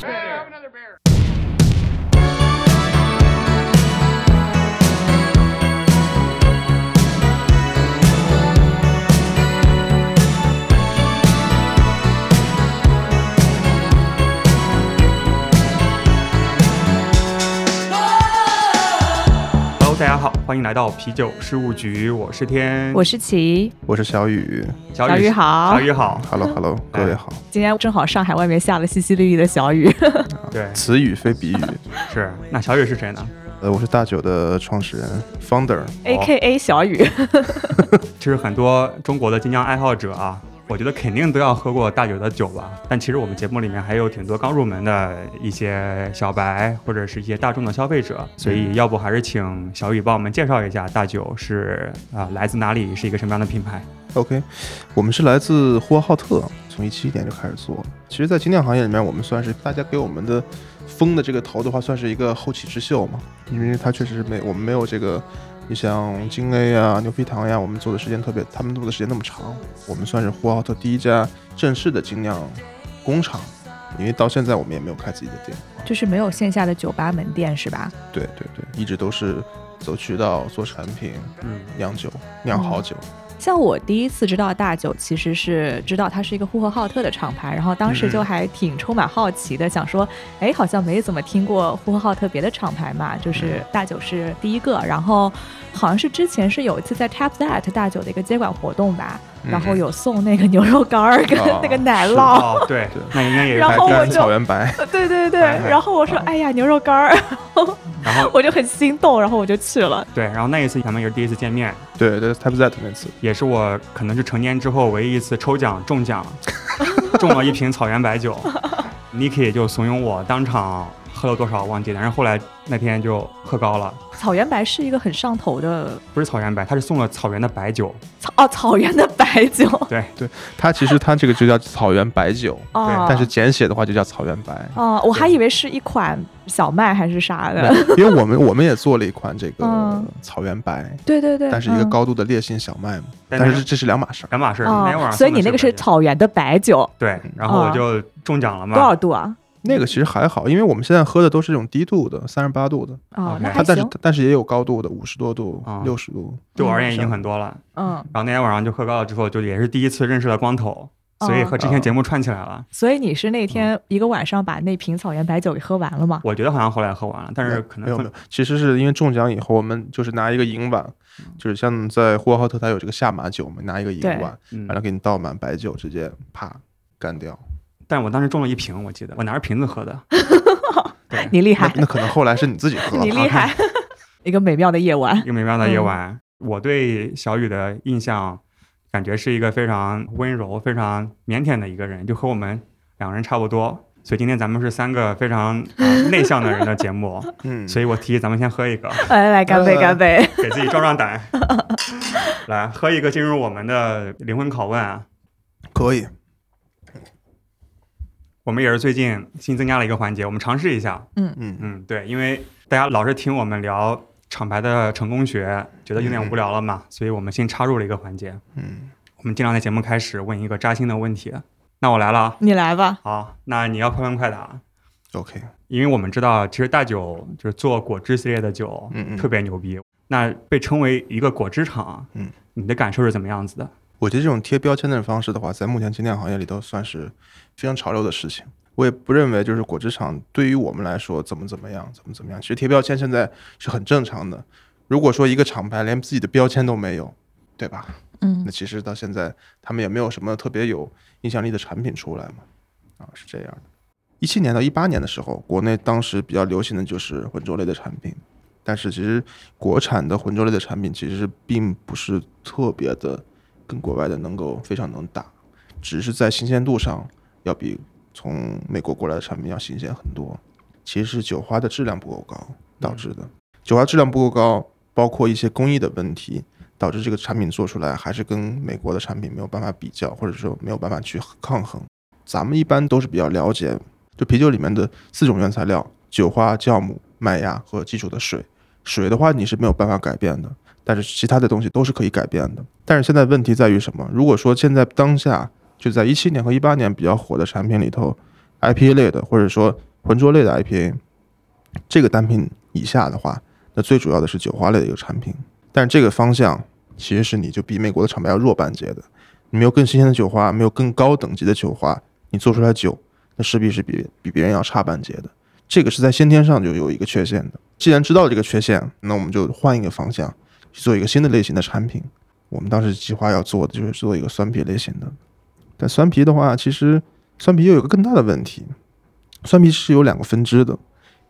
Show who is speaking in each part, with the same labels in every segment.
Speaker 1: Brother Bear.
Speaker 2: Hello，大家好，欢迎来到啤酒事务局，我是天，
Speaker 3: 我是琪，
Speaker 4: 我是小雨
Speaker 2: 嗯小
Speaker 3: 小雨好
Speaker 2: 小雨好，
Speaker 4: ，Hello Hello，各位好。
Speaker 3: 今天正好上海外面下了淅淅沥沥的小雨，
Speaker 2: 哦对，
Speaker 4: 此语非彼语，
Speaker 2: 是。那小雨是谁呢？
Speaker 4: 呃，我是大酒的创始人 founder
Speaker 3: A K A 小雨，
Speaker 2: 其实很多中国的精酿爱好者啊，我觉得肯定都要喝过大酒的酒吧。但其实我们节目里面还有挺多刚入门的一些小白或者是一些大众的消费者，所
Speaker 3: 嗯
Speaker 2: 以要不还是请小雨帮我们介绍一下大酒是啊、来自哪里，是一个什么样的品牌？
Speaker 4: OK，我们是来自呼和浩特，从一七年就开始做了。其实，在精酿行业里面，我们算是大家给我们的封的这个头的话，算是一个后起之秀嘛，因为它确实是没我们没有这个，你像京 A 啊、牛皮糖呀，我们做的时间特别，他们做的时间那么长，我们算是呼和浩特第一家正式的精酿工厂，因为到现在我们也没有开自己的店。
Speaker 3: 就是没有线下的酒吧门店是吧？
Speaker 4: 对对对，一直都是走渠道、做产品、
Speaker 2: 嗯，
Speaker 4: 酿酒、酿好
Speaker 3: 嗯
Speaker 4: 酒。
Speaker 3: 像我第一次知道大酒，其实是知道它是一个呼和浩特的厂牌，然后当
Speaker 2: 嗯
Speaker 3: 时就还挺充满好奇的，想说，哎，好像没怎么听过呼和浩特别的厂牌
Speaker 2: 嗯
Speaker 3: 嘛，就是大酒是第一个，然后好像是之前是有一次在 Tap That 大酒的一个接管活动吧，
Speaker 2: 嗯
Speaker 3: 然后有送那个牛肉干儿跟
Speaker 4: 哦
Speaker 3: 那个奶
Speaker 4: 是
Speaker 3: 酪，
Speaker 2: 哦，对
Speaker 4: 对，
Speaker 2: 那应该也是
Speaker 3: 然
Speaker 4: 白
Speaker 3: 后我
Speaker 4: 干
Speaker 3: 就
Speaker 4: 草原白，
Speaker 3: 对对对，
Speaker 2: 哎
Speaker 3: 然后我说，哎呀，牛肉干儿。
Speaker 2: 然后
Speaker 3: 我就很心动，然后我就去了。
Speaker 2: 对，然后那一次咱们也是第一次见面，
Speaker 4: 对对，Type Z 那次，
Speaker 2: 也是我可能是成年之后唯一一次抽奖中 奖，中了一瓶草原白酒。Niki 就怂恿我当场喝了多少忘记，但是后来那天就喝高了，
Speaker 3: 草原白是一个很上头的
Speaker 2: 不是草原白，他是送了草原的白酒。
Speaker 3: 草哦，草原的白酒嗯
Speaker 4: 它其实它这个就叫草原白酒，
Speaker 3: 哦，
Speaker 4: 但是简写的话就叫草原白。
Speaker 3: 哦，我还以为是一款小麦还是啥的。
Speaker 4: 因为我们我们也做了一款这个
Speaker 3: 嗯
Speaker 4: 草原白，
Speaker 3: 对对对，
Speaker 4: 但是一个
Speaker 3: 嗯。
Speaker 4: 高度的烈性小麦嘛，
Speaker 2: 但
Speaker 4: 但
Speaker 2: 那
Speaker 4: 是这是两码事儿。
Speaker 2: 两码事儿，那晚
Speaker 3: 哦，
Speaker 2: 上
Speaker 3: 所以你那个是
Speaker 2: 送的
Speaker 3: 草原的白酒，
Speaker 2: 白酒对，然后我
Speaker 3: 哦
Speaker 2: 就中奖了嘛。
Speaker 3: 多少度啊？
Speaker 4: 那个其实还好，因为我们现在喝的都是这种低度的，三十八度的，
Speaker 3: 哦
Speaker 2: OK，
Speaker 3: 那
Speaker 4: 它
Speaker 3: 还
Speaker 4: 但是
Speaker 3: 行。
Speaker 4: 但是也有高度的，五十多度
Speaker 2: 啊、
Speaker 4: 六十度。
Speaker 2: 对我而言已经很多了。
Speaker 3: 嗯，
Speaker 2: 然后那天晚上就喝高了之后，就也是第一次认识了光头，
Speaker 3: 哦
Speaker 2: 嗯所以和之嗯前节目串起来了。
Speaker 3: 所以你是那天一个晚上把那瓶草原白酒给喝完了吗？
Speaker 2: 我觉得好像后来喝完了，但是可
Speaker 4: 没有
Speaker 2: 能
Speaker 4: 没
Speaker 2: 分
Speaker 4: 有，其实是因为中奖以后，我们就是拿一个银碗，
Speaker 2: 嗯
Speaker 4: 就是像在呼和浩特它有这个下马酒，我们拿一个银
Speaker 3: 对
Speaker 4: 碗，
Speaker 2: 嗯
Speaker 4: 完了给你倒满白酒，直接啪干掉。
Speaker 2: 但我当时中了一瓶，我记得我拿着瓶子 喝的。对，
Speaker 3: 你厉
Speaker 4: 那
Speaker 3: 害，
Speaker 4: 那可能后来是你自己 喝啊
Speaker 3: 你
Speaker 4: 了。
Speaker 3: 厉害， 一个美妙的夜晚
Speaker 2: 一。个美妙的夜晚。我对小雨的印象，感觉是一个非常温柔、非常腼腆的一个人，就和我们两个人差不多。所以今天咱们是三个非常、呃内向的人的节目，
Speaker 4: 嗯，
Speaker 2: 所以我提议咱们先喝一个，
Speaker 3: 来来来，干杯
Speaker 4: 呃
Speaker 3: 干 杯！
Speaker 2: 给自己壮壮胆，来喝一个进入我们的灵魂拷问啊！
Speaker 4: 可以。
Speaker 2: 我们也是最近新增加了一个环节，我们尝试一下，
Speaker 4: 嗯，
Speaker 2: 嗯，对，因为大家老是听我们聊厂牌的成功学，觉得有点无聊了嘛，所以我们新插入了一个环节。
Speaker 4: 嗯，
Speaker 2: 我们经常在节目开始问一个扎心的问题。那我来了啊，
Speaker 3: 你来吧。
Speaker 2: 好，那你要快问快答，
Speaker 4: OK，
Speaker 2: 因为我们知道，其实大酒就是做果汁系列的酒，
Speaker 4: 嗯嗯
Speaker 2: 特别牛逼。那被称为一个果汁厂，
Speaker 4: 嗯，
Speaker 2: 你的感受是怎么样子的？
Speaker 4: 我觉得这种贴标签的方式的话，在目前精酿行业里都算是非常潮流的事情。我也不认为就是果汁厂对于我们来说怎么怎么样，怎么怎么样。其实贴标签现在是很正常的。如果说一个厂牌连自己的标签都没有，对吧？
Speaker 3: 嗯
Speaker 4: 那其实到现在他们也没有什么特别有影响力的产品出来嘛，啊，是这样的。一七年到一八年的时候，国内当时比较流行的就是浑浊类的产品，但是其实国产的浑浊类的产品其实并不是特别的跟国外的能够非常能打，只是在新鲜度上要比从美国过来的产品要新鲜很多。其实是酒花的质量不够高导致的，酒花质量不够高，包括一些工艺的问题，导致这个产品做出来还是跟美国的产品没有办法比较，或者说没有办法去抗衡。咱们一般都是比较了解，就啤酒里面的四种原材料：酒花、酵母、麦芽和基础的水。水的话你是没有办法改变的，但是其他的东西都是可以改变的。但是现在问题在于什么？如果说现在当下就在一七年和一八年比较火的产品里头，IPA 类的，或者说浑浊类的 IPA，这个单品以下的话，那最主要的是酒花类的一个产品。但这个方向其实是你就比美国的厂牌要弱半截的。你没有更新鲜的酒花，没有更高等级的酒花，你做出来酒，那势必是比比别人要差半截的。这个是在先天上就有一个缺陷的。既然知道这个缺陷，那我们就换一个方向去做一个新的类型的产品。我们当时计划要做的就是做一个酸啤类型的，但酸啤的话，其实酸啤又有个更大的问题，酸啤是有两个分支的，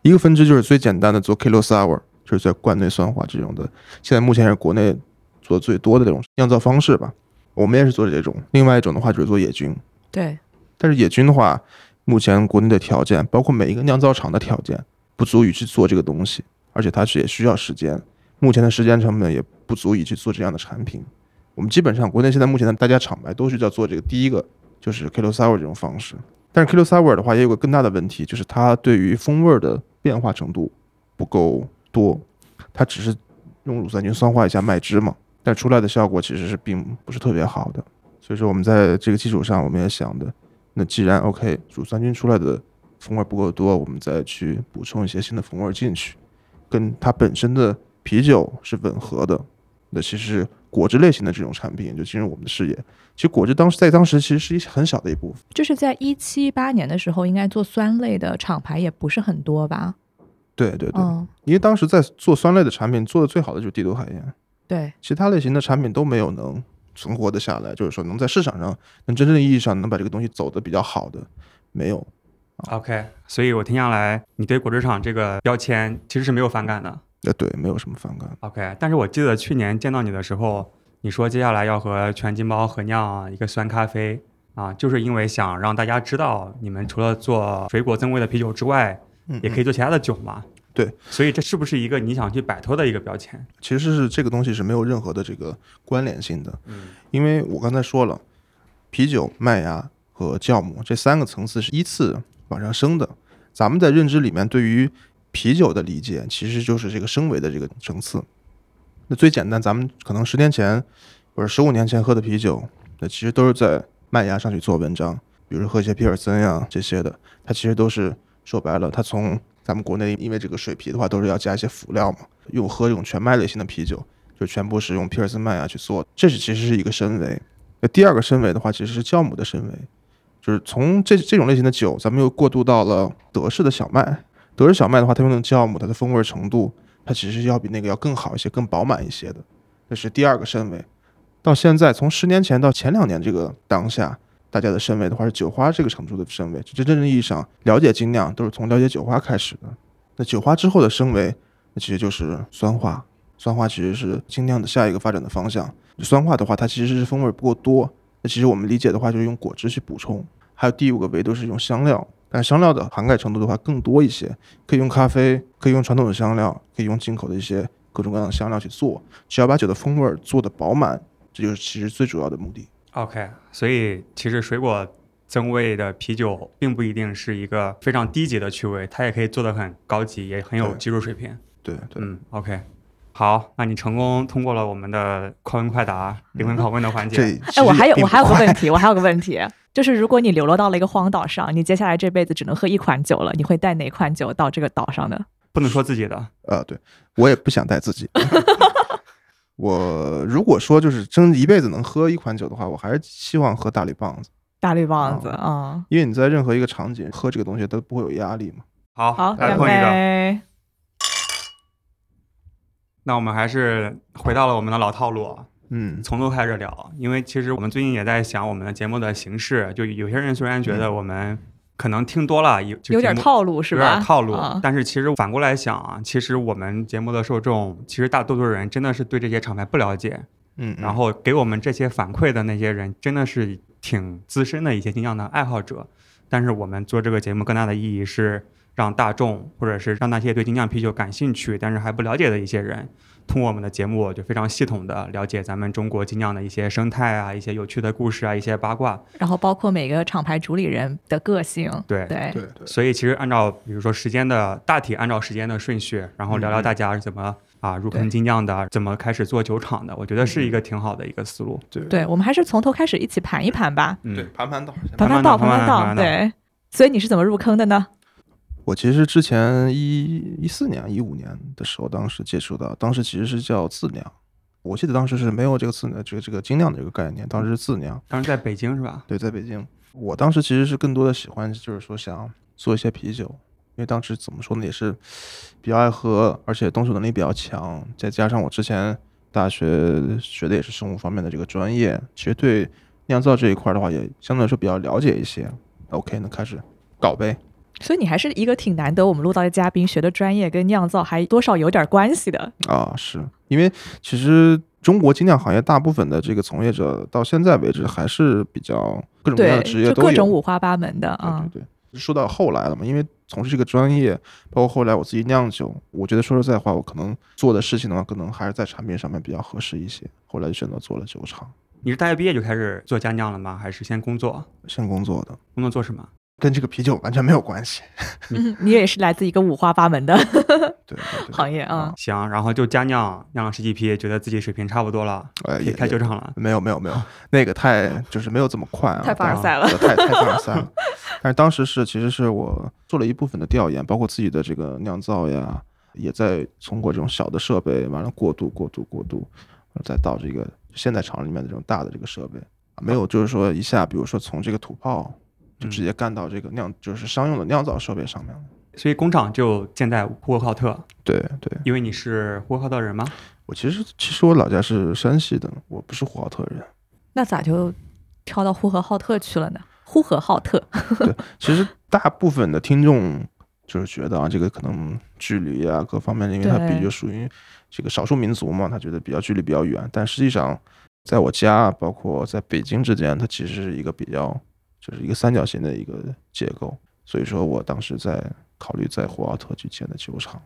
Speaker 4: 一个分支就是最简单的做 kilo sour，就是在罐内酸化这种的，现在目前是国内做最多的这种酿造方式吧。我们也是做这种，另外一种的话就是做野菌，
Speaker 3: 对，
Speaker 4: 但是野菌的话，目前国内的条件，包括每一个酿造厂的条件，不足以去做这个东西，而且它是也需要时间，目前的时间成本也不足以去做这样的产品。我们基本上国内现在目前的大家厂牌都是在做这个，第一个就是 Kilo Sour 这种方式，但是 Kilo Sour 的话也有个更大的问题，就是它对于风味儿的变化程度不够多，它只是用乳酸菌酸化一下麦汁嘛，但出来的效果其实是并不是特别好的。所以说我们在这个基础上，我们也想的那既然 OK 乳酸菌出来的风味不够多，我们再去补充一些新的风味进去，跟它本身的啤酒是吻合的。那其实果汁类型的这种产品也就进入我们的视野。其实果汁当时在当时其实是一很小的一部分，
Speaker 3: 就是在一七八年的时候，应该做酸类的厂牌也不是很多吧？
Speaker 4: 对对对，
Speaker 3: 嗯，
Speaker 4: 因为当时在做酸类的产品做的最好的就是帝都海盐，
Speaker 3: 对，
Speaker 4: 其他类型的产品都没有能存活的下来，就是说能在市场上能真正意义上能把这个东西走得比较好的没有。
Speaker 2: OK，所以我听下来，你对果汁厂这个标签其实是没有反感的。
Speaker 4: 呃，对，没有什么反感。
Speaker 2: OK，但是我记得去年见到你的时候，你说接下来要和全金猫合酿一个酸咖啡啊，就是因为想让大家知道，你们除了做水果增味的啤酒之外，
Speaker 4: 嗯
Speaker 2: 也可以做其他的酒嘛。
Speaker 4: 对，
Speaker 2: 所以这是不是一个你想去摆脱的一个标签？
Speaker 4: 其实是这个东西是没有任何的这个关联性的，
Speaker 2: 嗯
Speaker 4: 因为我刚才说了，啤酒、麦芽和酵母这三个层次是依次往上升的。咱们在认知里面对于啤酒的理解，其实就是这个升维的这个层次。那最简单，咱们可能十年前或者十五年前喝的啤酒，那其实都是在麦芽上去做文章，比如说喝一些皮尔森呀、这些的，它其实都是说白了，它从咱们国内因为这个水啤的话，都是要加一些辅料嘛，用喝这种全麦类型的啤酒，就全部是用皮尔森麦芽啊去做的，这是其实是一个升维。那第二个升维的话，其实是酵母的升维，就是从这这种类型的酒，咱们又过渡到了德式的小麦。德式小麦的话，它用的酵母，它的风味程度，它其实要比那个要更好一些，更饱满一些的。这是第二个升维。到现在，从十年前到前两年这个当下，大家的升维的话是酒花这个程度的升维。就真正意义上，了解精酿都是从了解酒花开始的。那酒花之后的升维，那其实就是酸化。酸化其实是精酿的下一个发展的方向。酸化的话，它其实是风味不够多。那其实我们理解的话，就是用果汁去补充。还有第五个维度是用香料，但是香料的涵盖程度的话更多一些，可以用咖啡，可以用传统的香料，可以用进口的一些各种各样的香料去做。只要把酒的风味儿做得饱满，这就是其实最主要的目的。
Speaker 2: ，OK，所以其实水果增味的啤酒并不一定是一个非常低级的趣味，它也可以做得很高级，也很有
Speaker 4: 对
Speaker 2: 技术水平。
Speaker 4: 对对，
Speaker 2: 嗯，OK，好，那你成功通过了我们的快问快答、灵魂拷问的环节。
Speaker 4: 嗯这
Speaker 3: 哎，我还有
Speaker 4: 其实也并
Speaker 3: 我
Speaker 4: 不
Speaker 3: 还有个
Speaker 4: 快
Speaker 3: 问 题，我还有个问题，就是如果你流落到了一个荒岛上，你接下来这辈子只能喝一款酒了，你会带哪款酒到这个岛上呢？
Speaker 2: 不能说自己的，
Speaker 4: 啊，对我也不想带自己。 我如果说就是真一辈子能喝一款酒的话，我还是希望喝大绿棒子，
Speaker 3: 大绿棒子
Speaker 4: 哦
Speaker 3: 啊、嗯
Speaker 4: 因为你在任何一个场景喝这个东西都不会有压力嘛。
Speaker 2: 好，
Speaker 3: 嗯好，
Speaker 2: 来
Speaker 3: 干
Speaker 2: 哎碰一个。
Speaker 3: 杯！
Speaker 2: 那我们还是回到了我们的老套路，啊
Speaker 4: 嗯
Speaker 2: 从头开始聊。因为其实我们最近也在想我们的节目的形式，就有些人虽然觉得我们可能听多了，有就
Speaker 3: 嗯有点
Speaker 2: 节目
Speaker 3: 套路是
Speaker 2: 有
Speaker 3: 吧？
Speaker 2: 点套路，
Speaker 3: 啊
Speaker 2: 但是其实反过来想啊，其实我们节目的受众，其实大多数人真的是对这些厂牌不了解，
Speaker 4: 嗯，
Speaker 2: 然后给我们这些反馈的那些人，真的是挺资深的一些精酿的爱好者。但是我们做这个节目更大的意义是让大众，或者是让那些对精酿啤酒感兴趣但是还不了解的一些人，通过我们的节目就非常系统的了解咱们中国精酿的一些生态啊、一些有趣的故事啊、一些八卦。
Speaker 3: 然后包括每个厂牌主理人的个性，
Speaker 2: 对
Speaker 3: 对
Speaker 4: 对对，
Speaker 2: 所以其实按照比如说时间的大体，按照时间的顺序，然后聊聊大家是怎么啊入坑
Speaker 3: 对
Speaker 2: 精酿的，怎么开始做酒厂的，我觉得是一个挺好的一个思路。
Speaker 4: 对
Speaker 3: 对，我们还是从头开始一起盘一盘吧，
Speaker 2: 嗯，
Speaker 4: 盘盘道。
Speaker 2: 盘
Speaker 3: 盘
Speaker 2: 盘
Speaker 3: 道，
Speaker 2: 道
Speaker 3: 盘
Speaker 2: 盘
Speaker 3: 盘
Speaker 2: 盘道盘盘道
Speaker 3: 对。所以你是怎么入坑的呢？
Speaker 4: 我其实之前一一四年、一五年的时候，当时接触到，当时其实是叫自酿，我记得当时是没有这个自这个这个精酿的这个概念，当时是自酿。
Speaker 2: 当时在北京是吧？
Speaker 4: 对，在北京，我当时其实是更多的喜欢，就是说想做一些啤酒，因为当时怎么说呢，也是比较爱喝，而且动手能力比较强，再加上我之前大学学的也是生物方面的这个专业，其实对酿造这一块的话，也相对来说比较了解一些。OK，那开始搞呗。
Speaker 3: 所以你还是一个挺难得我们录到的嘉宾，学的专业跟酿造还多少有点关系的。
Speaker 4: 啊，是因为其实中国精酿行业大部分的这个从业者到现在为止还是比较各种各
Speaker 3: 对，
Speaker 4: 样的职业
Speaker 3: 就
Speaker 4: 都有，
Speaker 3: 各种五花八门的啊。
Speaker 4: 对对对。说到后来了嘛，因为从事这个专业，包括后来我自己酿酒，我觉得说实在话，我可能做的事情的话，可能还是在产品上面比较合适一些。后来就选择做了酒厂，
Speaker 2: 你是大学毕业就开始做家酿了吗？还是先工作？
Speaker 4: 先工作的，
Speaker 2: 工作做什么？
Speaker 4: 跟这个啤酒完全没有关系。
Speaker 3: 嗯，你也是来自一个五花八门的
Speaker 4: 对对对，
Speaker 3: 行业啊。
Speaker 2: 行，然后就家酿，酿了十几批，觉得自己水平差不多了，
Speaker 4: 哎，
Speaker 2: 可
Speaker 4: 也
Speaker 2: 以开
Speaker 4: 也
Speaker 2: 酒厂了。
Speaker 4: 没有没有没有，那个太就是没有这么快啊，
Speaker 3: 太凡尔赛了
Speaker 4: 对太太凡尔赛了。 但是当时是其实是我做了一部分的调研，包括自己的这个酿造呀，也在通过这种小的设备，完了过渡过渡过渡，再到这个现代厂里面的这种大的这个设备，啊没有就是说一下，比如说从这个土炮就直接干到这个酿，就是商用的酿造设备上面了。
Speaker 2: 所以工厂就建在呼和浩特，
Speaker 4: 对对，
Speaker 2: 因为你是呼和浩特人吗？
Speaker 4: 我其实其实我老家是山西的，我不是呼和浩特人。
Speaker 3: 那咋就跳到呼和浩特去了呢？呼和浩特，
Speaker 4: 其实大部分的听众就是觉得啊，这个可能距离啊各方面，因为它
Speaker 3: 对
Speaker 4: 比较属于这个少数民族嘛，他觉得比较距离比较远。但实际上，在我家包括在北京之间，它其实是一个比较就是一个三角形的一个结构。所以说我当时在考虑在呼和浩特去建的酒厂。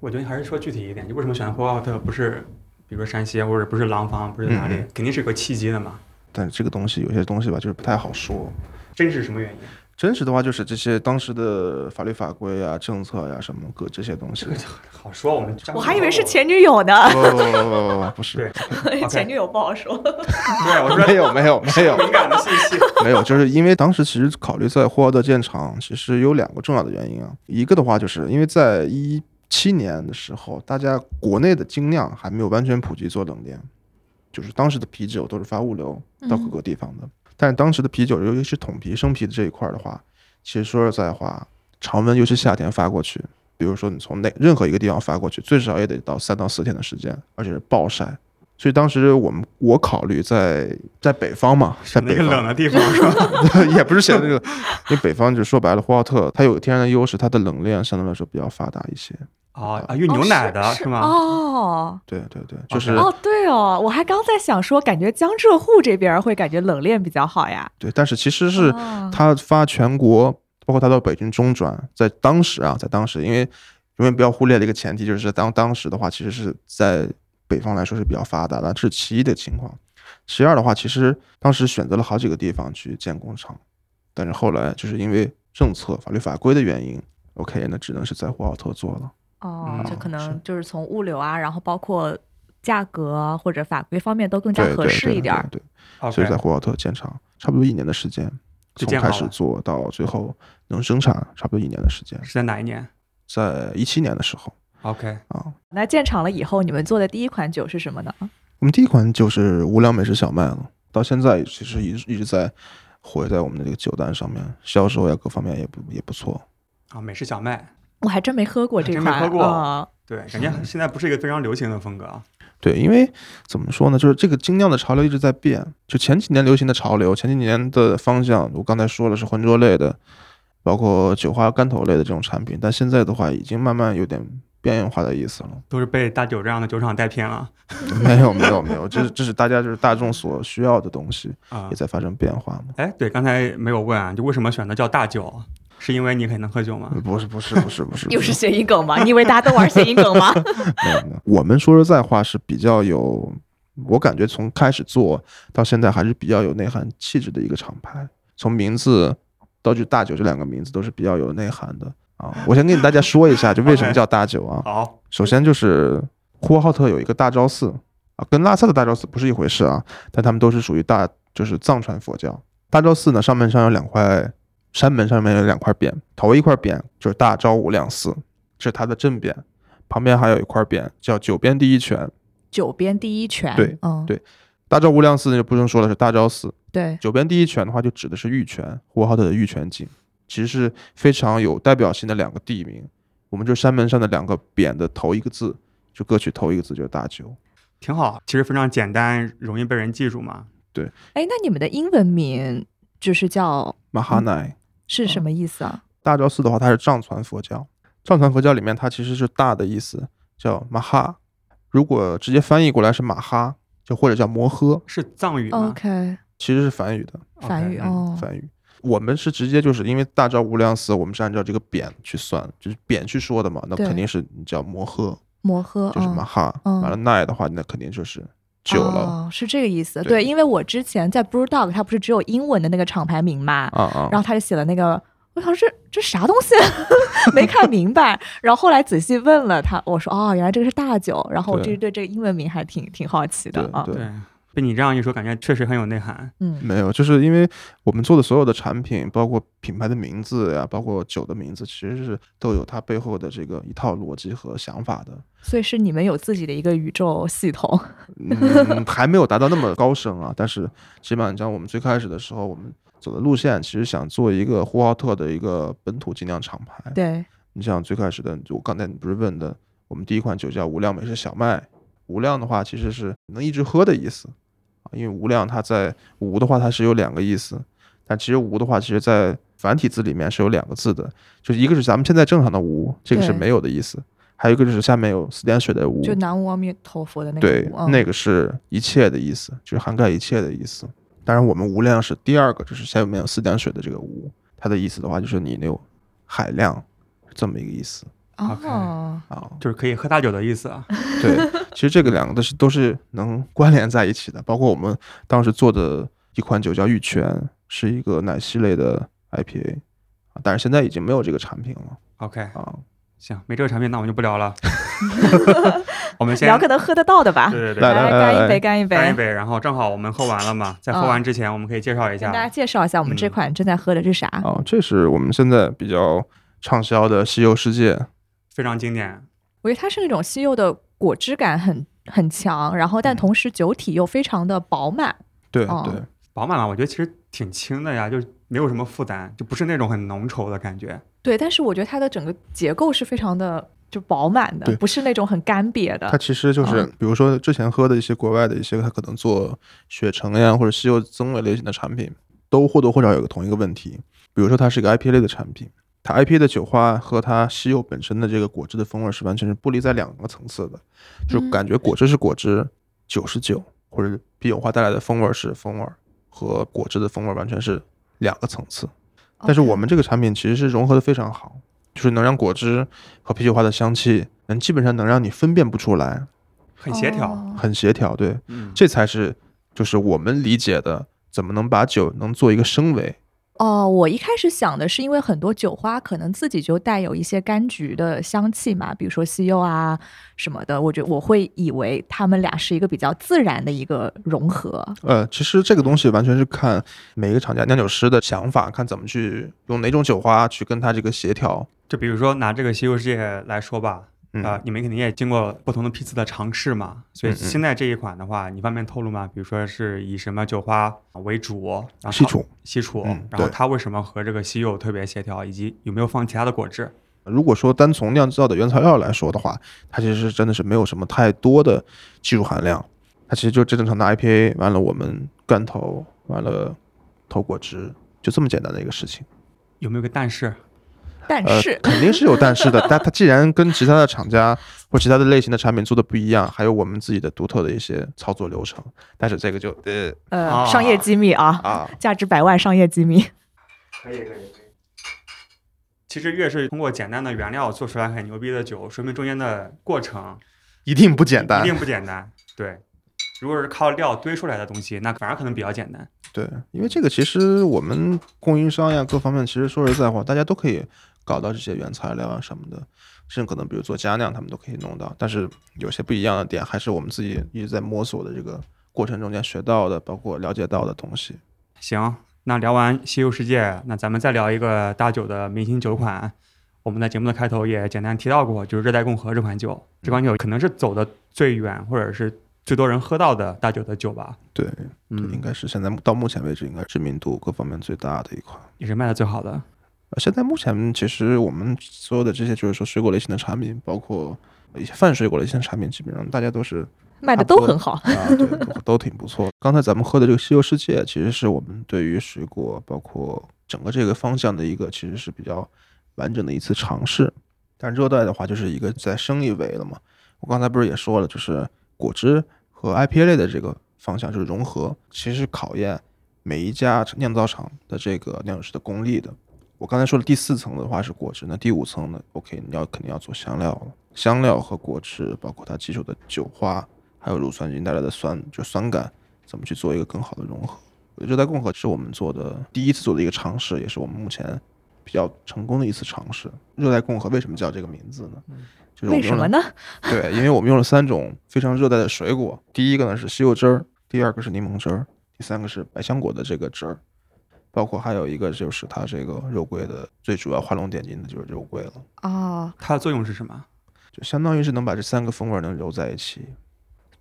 Speaker 2: 我觉得还是说具体一点，就为什么选呼和浩特，不是比如说山西，或者不是廊坊，不是哪里，
Speaker 4: 嗯
Speaker 2: 肯定是有个契机的嘛。
Speaker 4: 但是这个东西有些东西吧，就是不太好说。
Speaker 2: 真是什么原因？
Speaker 4: 真实的话，就是这些当时的法律法规啊、政策呀、什么各这些东西
Speaker 2: 这。个就好说，我们
Speaker 3: 我还以为是前女友呢，
Speaker 4: 不不不不哦不不
Speaker 2: 对
Speaker 4: 是，
Speaker 3: 前女友不好说。
Speaker 2: 对，我说
Speaker 4: 没有没有没有，
Speaker 2: 敏感的信 息。
Speaker 4: 没有，就是因为当时其实考虑在呼和浩特建厂，其实有两个重要的原因啊。一个的话，就是因为在一七年的时候，大家国内的精酿还没有完全普及做冷链，就是当时的啤酒都是发物流到各个地方的。但是当时的啤酒，尤其是桶啤、生啤的这一块的话，其实说实在话，常温，尤其夏天发过去，比如说你从哪任何一个地方发过去，最少也得到三到四天的时间，而且是暴晒。所以当时我们我考虑在在北方嘛，在
Speaker 2: 那
Speaker 4: 北
Speaker 2: 个
Speaker 4: 方
Speaker 2: 冷的地方是吧？
Speaker 4: 也不是显得这个，因为北方就说白了，呼和浩特它有天然的优势，它的冷链相对来说比较发达一些。
Speaker 2: 啊啊，运牛奶的
Speaker 3: 哦
Speaker 2: 是吗？
Speaker 3: 哦
Speaker 4: 对对对，就是、
Speaker 3: 哦，对哦，我还刚在想说，感觉江浙沪这边会感觉冷链比较好呀。
Speaker 4: 对，但是其实是
Speaker 3: 哦
Speaker 4: 它发全国，包括它到北京中转，在当时啊，在当时，因为永远不要忽略的一个前提就是当当时的话，其实是在北方来说是比较发达的，这是其一的情况。其二的话，其实当时选择了好几个地方去建工厂，但是后来就是因为政策、法律法规的原因，OK，那只能是在呼和浩特做了。
Speaker 3: 哦
Speaker 2: 嗯，
Speaker 3: 就可
Speaker 4: 是
Speaker 3: 能就是从物流啊，然后包括价格啊或者法规方面都更加
Speaker 4: 对
Speaker 3: 合
Speaker 4: 对
Speaker 3: 适
Speaker 4: 对
Speaker 3: 一点儿。
Speaker 4: 对对所
Speaker 2: OK，
Speaker 4: 以在呼和浩特建厂差不多一年的时间，
Speaker 2: 就
Speaker 4: 从
Speaker 2: 建好
Speaker 4: 开始
Speaker 2: 了
Speaker 4: 做到最后能生产，差不多一年的时间，
Speaker 2: 是在哪一年
Speaker 4: 在一七年的时候
Speaker 2: ？OK，
Speaker 4: 啊。
Speaker 3: 那建厂了以后，你们做的第一款酒是什么呢？
Speaker 4: 我们第一款就是无良美式小麦了，到现在其实一直一直在活跃在我们的这个酒单上面，销售呀各方面也不也不错。
Speaker 2: 啊，美式小麦，
Speaker 3: 我还真没喝过这
Speaker 2: 真
Speaker 3: 款，
Speaker 2: 没喝过
Speaker 3: 嗯
Speaker 2: 对，感觉现在不是一个非常流行的风格啊。
Speaker 4: 对，因为怎么说呢，就是这个精酿的潮流一直在变。就前几年流行的潮流，前几年的方向，我刚才说了是浑浊类的，包括酒花、干头类的这种产品，但现在的话已经慢慢有点边缘化的意思了。
Speaker 2: 都是被大酒这样的酒厂带偏了
Speaker 4: 没有，没有，没有，这是这是大家就是大众所需要的东西，
Speaker 2: 啊
Speaker 4: 也。在发生变化嘛。
Speaker 2: 哎，对，刚才没有问啊，就为什么选择叫大酒？是因为你很能喝酒吗？
Speaker 4: 不是，不是，不是，不是，不
Speaker 3: 啊又是
Speaker 4: 是
Speaker 3: 谐音梗吗？你以为大家都玩谐音梗吗？
Speaker 4: 没有，没有。我们说实在话是比较有，我感觉从开始做到现在还是比较有内涵气质的一个厂牌，从名字到就大酒这两个名字都是比较有内涵的啊。我先跟大家说一下，就为什么叫大酒啊。
Speaker 2: 好，
Speaker 4: 首先就是呼和浩特有一个大昭寺啊，跟拉萨的大昭寺不是一回事啊，但他们都是属于大就是藏传佛教。大昭寺呢上面上有两块山门上面有两块匾，头一块匾就是大昭武亮寺，这是它的正匾，旁边还有一块匾叫九边第一泉。
Speaker 3: 九边第一泉，
Speaker 4: 对
Speaker 3: 嗯，
Speaker 4: 对大昭无量寺就不用说了，是大昭寺。
Speaker 3: 对
Speaker 4: 九边第一泉的话，就指的是玉泉，呼和浩特的玉泉井，其实是非常有代表性的两个地名。我们就山门上的两个匾的头一个字，就各取头一个字，就是大九。
Speaker 2: 挺好，其实非常简单，容易被人记住嘛。
Speaker 3: 哎，那你们的英文名就是叫
Speaker 4: 马哈奈、
Speaker 3: 是什么意思啊？
Speaker 4: 大昭寺的话，它是藏传佛教。藏传佛教里面，它其实是“大”的意思，叫马哈。如果直接翻译过来是马哈，就或者叫摩诃，
Speaker 2: 是藏语吗
Speaker 3: OK，
Speaker 4: 其实是梵语的
Speaker 3: 梵语
Speaker 2: OK，嗯
Speaker 3: 哦，
Speaker 4: 梵语。我们是直接就是因为大昭无量寺，我们是按照这个匾去算，就是匾去说的嘛，那
Speaker 3: 对
Speaker 4: 肯定是你叫摩诃，
Speaker 3: 摩诃
Speaker 4: 就是
Speaker 3: 嗯
Speaker 4: 马哈。
Speaker 3: 嗯
Speaker 4: 完了奈的话，那肯定就是九了。
Speaker 3: 哦，是这个意思。
Speaker 4: 对
Speaker 3: 对，因为我之前在 Blue Dog，它不是只有英文的那个厂牌名嘛，
Speaker 4: 啊啊！
Speaker 3: 哦然后他就写了那个，我想这这啥东西， 没看明 白。然后后来仔细问了他，我说哦，原来这个是大酒。然后我
Speaker 4: 对
Speaker 3: 这对这个英文名还挺挺好奇的
Speaker 4: 对
Speaker 3: 啊。
Speaker 4: 对
Speaker 2: 对，被你这样一说，感觉确实很有内涵。
Speaker 3: 嗯，
Speaker 4: 没有，就是因为我们做的所有的产品，包括品牌的名字呀，包括酒的名字，其实是都有它背后的这个一套逻辑和想法的。
Speaker 3: 所以是你们有自己的一个宇宙系 统。
Speaker 4: 嗯， 还没有达到那么高深啊，但是起码你像我们最开始的时候，我们走的路线其实想做一个呼和浩特的一个本土精酿厂牌。
Speaker 3: 对，
Speaker 4: 你像最开始的，我刚才你不是问的，我们第一款酒叫无量美式小麦。无量的话其实是能一直喝的意思啊，因为无量它在无的话它是有两个意思，但其实无的话其实在繁体字里面是有两个字的，就是一个是咱们现在正常的无，这个是
Speaker 3: 对
Speaker 4: 没有的意思，还有一个就是下面有四点水的无，
Speaker 3: 就南无阿弥陀佛的那个
Speaker 4: 对
Speaker 3: 无。，嗯
Speaker 4: 那个是一切的意思，就是涵盖一切的意思。当然，我们无量是第二个，就是下面有四点水的这个无，它的意思的话就是你有海量，这么一个意思
Speaker 3: 哦，
Speaker 4: 啊。
Speaker 2: 就是可以喝大酒的意思啊。
Speaker 4: 对，其实这个两个都是都是能关联在一起的，包括我们当时做的一款酒叫玉泉，是一个奶昔类的 IPA，啊但是现在已经没有这个产品了
Speaker 2: OK，
Speaker 4: 啊。
Speaker 2: 行，没这个产品，那我们就不聊 了。我们先
Speaker 3: 聊可能喝得到的吧。
Speaker 2: 对对对，
Speaker 4: 来来来
Speaker 3: 干
Speaker 4: 来
Speaker 3: 一杯，干一杯，
Speaker 2: 干一杯，然后正好我们喝完了嘛，在喝完之前，我们可以介绍一
Speaker 3: 嗯跟大家
Speaker 2: 下。
Speaker 3: 介绍一下我们这
Speaker 2: 嗯
Speaker 3: 款正在喝的是啥。
Speaker 4: 啊，这是我们现在比较畅销的西游世界，
Speaker 2: 非常经典，
Speaker 3: 我觉得它是那种西柚的果汁感很很强，然
Speaker 4: 嗯
Speaker 3: 后但同时酒体又非常的饱满。
Speaker 4: 对
Speaker 3: 哦
Speaker 4: 对，
Speaker 2: 饱满嘛，我觉得其实挺轻的呀，就是没有什么负担，就不是那种很浓稠的感觉。
Speaker 3: 对，但是我觉得它的整个结构是非常的就饱满的
Speaker 4: 对，
Speaker 3: 不是那种很干瘪的
Speaker 4: 它。其实就是，比如说之前喝的一些国外的一些，它可能做雪橙呀或者西柚增味类型的产品，都或多或少有个同一个问题。比如说它是一个 IPA 类的产品，它 IPA 的酒花和它西柚本身的这个果汁的风味是完全是不离在两个层次的，就
Speaker 3: 嗯
Speaker 4: 感觉果汁是果汁，酒是酒，或者啤酒花带来的风味是风味，和果汁的风味完全是两个层次。但
Speaker 3: 哦
Speaker 4: 是我们这个产品其实是融合的非常好，就是能让果汁和啤酒花的香气，能基本上能让你分辨不出来，
Speaker 2: 很协调，
Speaker 3: 哦
Speaker 4: 很协调。对，
Speaker 2: 嗯，
Speaker 4: 这才是就是我们理解的，怎么能把酒能做一个升维？
Speaker 3: 哦，我一开始想的是，因为很多酒花可能自己就带有一些柑橘的香气嘛，比如说西柚啊什么的，我觉我会以为它们俩是一个比较自然的一个融合。
Speaker 4: 呃，其实这个东西完全是看每个厂家酿酒师的想法，看怎么去用哪种酒花去跟它这个协调。
Speaker 2: 就比如说拿这个西游世界来说吧，
Speaker 4: 嗯，
Speaker 2: 啊、你们肯定也经过不同的批次的尝试嘛，所以
Speaker 4: 嗯嗯
Speaker 2: 现在这一款的话，你方便透露吗？比如说是以什么酒花为主，然后
Speaker 4: 西楚。
Speaker 2: 西楚，
Speaker 4: 嗯
Speaker 2: 然后
Speaker 4: 对
Speaker 2: 它为什么和这个西柚特别协调，以及有没有放其他的果汁？
Speaker 4: 如果说单从酿造的原材料来说的话，它其实真的是没有什么太多的技术含量，它其实就正常的 IPA，完了我们干头，完了投果汁，就这么简单的一个事情。
Speaker 2: 有没有个但是？
Speaker 3: 但
Speaker 4: 呃
Speaker 3: 是，，
Speaker 4: 肯定是有但是的， 但它既然跟其他的厂家或其他的类型的产品做的不一样，还有我们自己的独特的一些操作流程，但是这个就呃
Speaker 3: 呃，
Speaker 2: 啊
Speaker 3: 商业机密啊，
Speaker 4: 啊，
Speaker 3: 价值百万商业机密。
Speaker 2: 可以，可以，可以。其实越是通过简单的原料做出来很牛逼的酒，说明中间的过程
Speaker 4: 一定不简
Speaker 2: 一
Speaker 4: 单
Speaker 2: 定。不简单。对，如果是靠料堆出来的东西，那反而可能比较简单。
Speaker 4: 对，因为这个其实我们供应商呀各方面，其实说实在话，大家都可以搞到这些原材料啊什么的，甚至可能比如做佳酿，他们都可以弄到。但是有些不一样的点，还是我们自己一直在摸索的这个过程中间学到的，包括了解到的东西。
Speaker 2: 行，那聊完西游世界，那咱们再聊一个大酒的明星酒款。我们在节目的开头也简单提到过，就是热带共和这款酒，这款酒可能是走的最远，或者是最多人喝到的大酒的酒吧。
Speaker 4: 对，对应
Speaker 2: 嗯，
Speaker 4: 该是现在到目前为止应该知名度各方面最大的一款。
Speaker 2: 也是卖的最好的。
Speaker 4: 呃，现在目前其实我们所有的这些就是说水果类型的产品，包括一些泛水果类型的产品，基本上大家都是
Speaker 3: 卖的都很好。
Speaker 4: 啊，对，都 都挺不错的。刚才咱们喝的这个西游世界，其实是我们对于水果，包括整个这个方向的一个，其实是比较完整的一次尝试。但热带的话，就是一个在生意为了嘛。我刚才不是也说了，就是果汁和 IPA 类的这个方向，就是融合，其实是考验每一家酿造厂的这个酿酒师的功力的。我刚才说的第四层的话是果汁，那第五层呢？OK，你要肯定要做香料了，香料和果汁，包括它基础的酒花，还有乳酸菌带来的酸，就酸感，怎么去做一个更好的融合？我觉得热带共和是我们做的第一次做的一个尝试，也是我们目前比较成功的一次尝试。热带共和为什么叫这个名字呢？就是我
Speaker 3: 为
Speaker 4: 们
Speaker 3: 什
Speaker 4: 用了
Speaker 3: 么呢？
Speaker 4: 对，因为我们用了三种非常热带的水果，第一个呢是西柚汁儿，第二个是柠檬汁儿，第三个是百香果的这个汁儿，包括还有一个就是它这个肉桂的最主要画龙点睛的就是肉桂了，
Speaker 3: 哦，
Speaker 2: 它的作用是什么？
Speaker 4: 就相当于是能把这三个风味儿能揉在一起。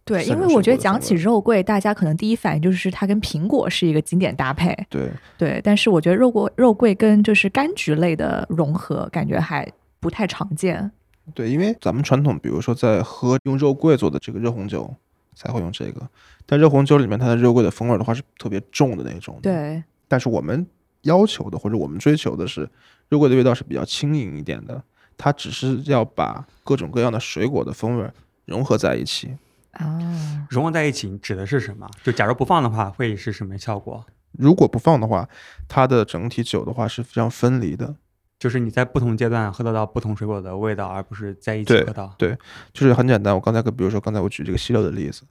Speaker 3: 对，
Speaker 4: 三
Speaker 3: 因
Speaker 4: 种
Speaker 3: 为
Speaker 4: 水
Speaker 3: 我
Speaker 4: 果
Speaker 3: 觉得
Speaker 4: 的
Speaker 3: 讲
Speaker 4: 风
Speaker 3: 起
Speaker 4: 味
Speaker 3: 肉桂，大家可能第一反应就是它跟苹果是一个经典搭配，
Speaker 4: 对，
Speaker 3: 对。但是我觉得肉桂肉桂跟就是柑橘类的融合，感觉还不太常
Speaker 4: 嗯
Speaker 3: 见。
Speaker 4: 对，因为咱们传统，比如说在喝用肉桂做的这个热红酒，才会用这个。但热红酒里面它的肉桂的风味儿的话是特别重的那种。。
Speaker 3: 对，
Speaker 4: 但是我们要求的或者我们追求的是，肉桂的味道是比较轻盈一点的，它只是要把各种各样的水果的风味儿融合在一起。
Speaker 3: 啊，
Speaker 2: 融合在一起指的是什么？就假如不放的话，会是什么效果？
Speaker 4: 如果不放的话，它的整体酒的话是非常分离的，
Speaker 2: 就是你在不同阶段喝得到不同水果的味道，而不是在一起
Speaker 4: 对
Speaker 2: 喝到。
Speaker 4: 就是很简单。我刚才跟比如说刚才我举这个西柚的例子，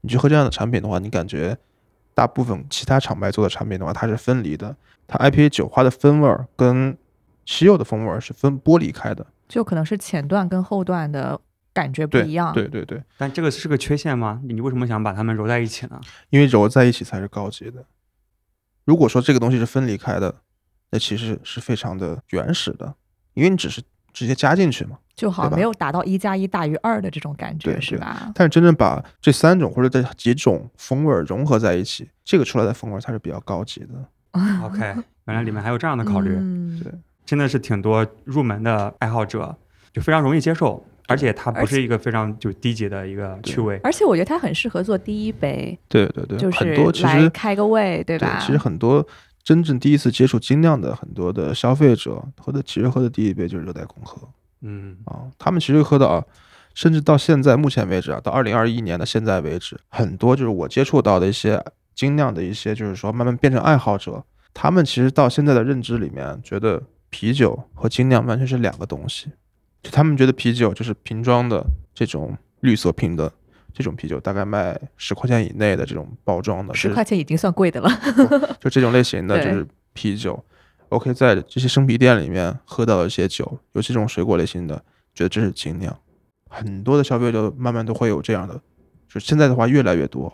Speaker 4: 你去喝这样的产品的话，你感觉大部分其他厂牌做的产品的话，它是分离的，它 IPA 酒花的风味儿跟西柚的风味儿是分剥离开的。
Speaker 3: 就可能是前段跟后段的感觉不
Speaker 4: 对
Speaker 3: 一样。
Speaker 4: 对对对，
Speaker 2: 但这个是个缺陷吗？你为什么想把它们揉在一起 呢？
Speaker 4: 因为揉在一起才是高级的。如果说这个东西是分离开的，那其实是非常的原始的，因为你只是直接加进去嘛。
Speaker 3: 就好
Speaker 4: 对
Speaker 3: 像
Speaker 4: 吧
Speaker 3: 没有达到一加一大于二的这种感觉，
Speaker 4: 对
Speaker 3: 是
Speaker 4: 对
Speaker 3: 吧？
Speaker 4: 但是真正把这三种或者这几种风味儿融合在一起，这个出来的风味儿才是比较高级的。
Speaker 2: OK，原来里面还有这样的考虑，
Speaker 3: 嗯
Speaker 4: 对
Speaker 2: 真的是挺多入门的爱好者就非常容易接受，而且它不
Speaker 3: 而且
Speaker 2: 是一个非常就低级的一个趣味。
Speaker 3: 而且我觉得它很适合做第一杯，
Speaker 4: 对对对，
Speaker 3: 就是
Speaker 4: 很多其
Speaker 3: 来
Speaker 4: 实
Speaker 3: 开个胃，对吧？
Speaker 4: 其实很多真正第一次接触精酿的很多的消费者，喝的其实喝的第一杯就是热带共和。
Speaker 2: 嗯，
Speaker 4: 啊，他们其实喝的啊，甚至到现在目前为止啊，到二零二一年的现在为止，很多就是我接触到的一些精酿的一些，就是说慢慢变成爱好者，他们其实到现在的认知里面，觉得啤酒和精酿完全是两个东西，就他们觉得啤酒就是瓶装的这种绿色瓶的。这种啤酒大概卖十块钱以内的这种包装的，
Speaker 3: 十
Speaker 4: 就是
Speaker 3: 块钱已经算贵的了。
Speaker 4: 就这种类型的就
Speaker 3: 对
Speaker 4: 是啤酒。OK，在这些生啤店里面喝到的一些酒，尤其这种水果类型的，觉得这是精酿。很多的消费者慢慢都会有这样的，就现在的话越来越多。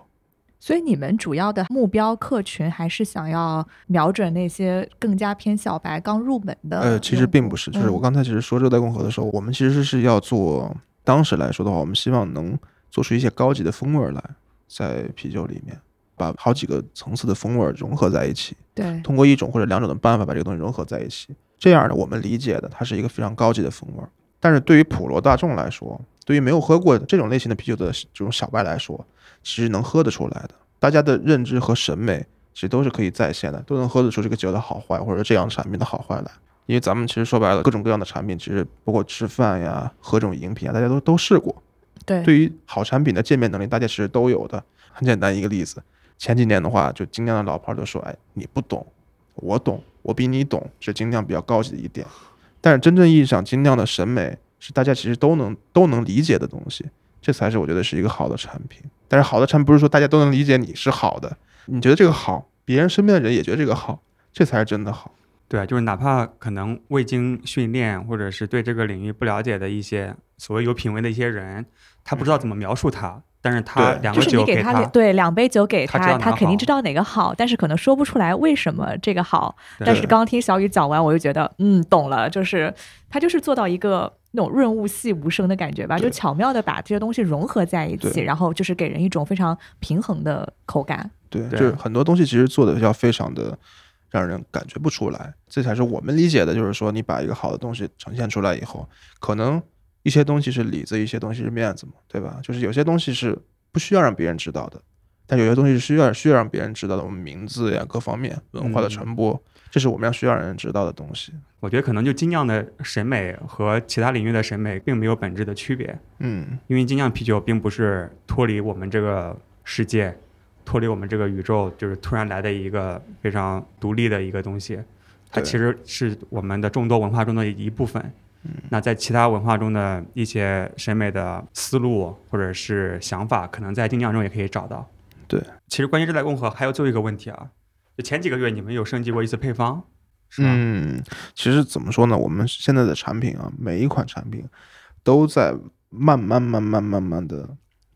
Speaker 3: 所以你们主要的目标客群还是想要瞄准那些更加偏小白、刚入门的用户。
Speaker 4: 呃，其实并不是，就是我
Speaker 3: 嗯
Speaker 4: 刚才其实说热带共和的时候，我们其实是要做，当时来说的话，我们希望能做出一些高级的风味儿来，在啤酒里面把好几个层次的风味儿融合在一起。
Speaker 3: 对
Speaker 4: 通过一种或者两种的办法把这个东西融合在一起。这样呢，我们理解的它是一个非常高级的风味儿。但是对于普罗大众来说，对于没有喝过这种类型的啤酒的这种小白来说，其实能喝得出来的。大家的认知和审美其实都是可以在线的，都能喝得出这个酒的好坏，或者这样产品的好坏来。因为咱们其实说白了，各种各样的产品，其实包括吃饭呀、喝这种饮品啊，大家都都试过。
Speaker 3: 对
Speaker 4: 对于好产品的鉴别能力，大家其实都有的。很简单一个例子，前几年的话，就精酿的老牌儿都说：“哎，你不懂，我懂，我比你懂。”这精酿比较高级的一点。但是真正意义上，精酿的审美是大家其实都能都能理解的东西，这才是我觉得是一个好的产品。但是好的产品不是说大家都能理解你是好的，你觉得这个好，别人身边的人也觉得这个好，这才是真的好。
Speaker 2: 对，就是哪怕可能未经训练或者是对这个领域不了解的一些所谓有品味的一些人，他不知道怎么描述它，但是他
Speaker 4: 对
Speaker 2: 两
Speaker 3: 就
Speaker 2: 个
Speaker 3: 是你
Speaker 2: 酒
Speaker 3: 给
Speaker 2: 给
Speaker 3: 他两对两杯酒给
Speaker 2: 他
Speaker 3: 他，
Speaker 2: 知道
Speaker 3: 他
Speaker 2: 哪
Speaker 3: 肯定
Speaker 2: 好
Speaker 3: 知道哪个好，但是可能说不出来为什么这个好。
Speaker 2: 对
Speaker 3: 但是刚听小雨讲完，我就觉得嗯懂了，就是他就是做到一个那种润物细无声的感觉吧，
Speaker 4: 对
Speaker 3: 就巧妙的把这些东西融合在一起，
Speaker 4: 对
Speaker 3: 然后就是给人一种非常平衡的口感。
Speaker 4: 对，
Speaker 2: 对
Speaker 4: 就是很多东西其实做的要非常的让人感觉不出来，这才是我们理解的，就是说你把一个好的东西呈现出来以后，可能一些东西是里子，一些东西是面子嘛，对吧？就是有些东西是不需要让别人知道的，但有些东西是需要需要让别人知道的，我们名字呀各方面文化的传播，这是我们要需要让人知道的东西。
Speaker 2: 我觉得可能就精酿的审美和其他领域的审美并没有本质的区别，
Speaker 4: 嗯，
Speaker 2: 因为精酿啤酒并不是脱离我们这个世界、脱离我们这个宇宙，就是突然来的一个非常独立的一个东西，它
Speaker 4: 对
Speaker 2: 其实是我们的众多文化中的一部分。
Speaker 4: 嗯
Speaker 2: 那在其他文化中的一些审美的思路或者是想法，可能在精酿中也可以找到。
Speaker 4: 对，
Speaker 2: 其实关于热带共和还有最后一个问题啊，就前几个月你们有升级过一次配方，是吧？
Speaker 4: 嗯，其实怎么说呢？我们现在的产品啊，每一款产品都在慢慢、慢慢、慢慢的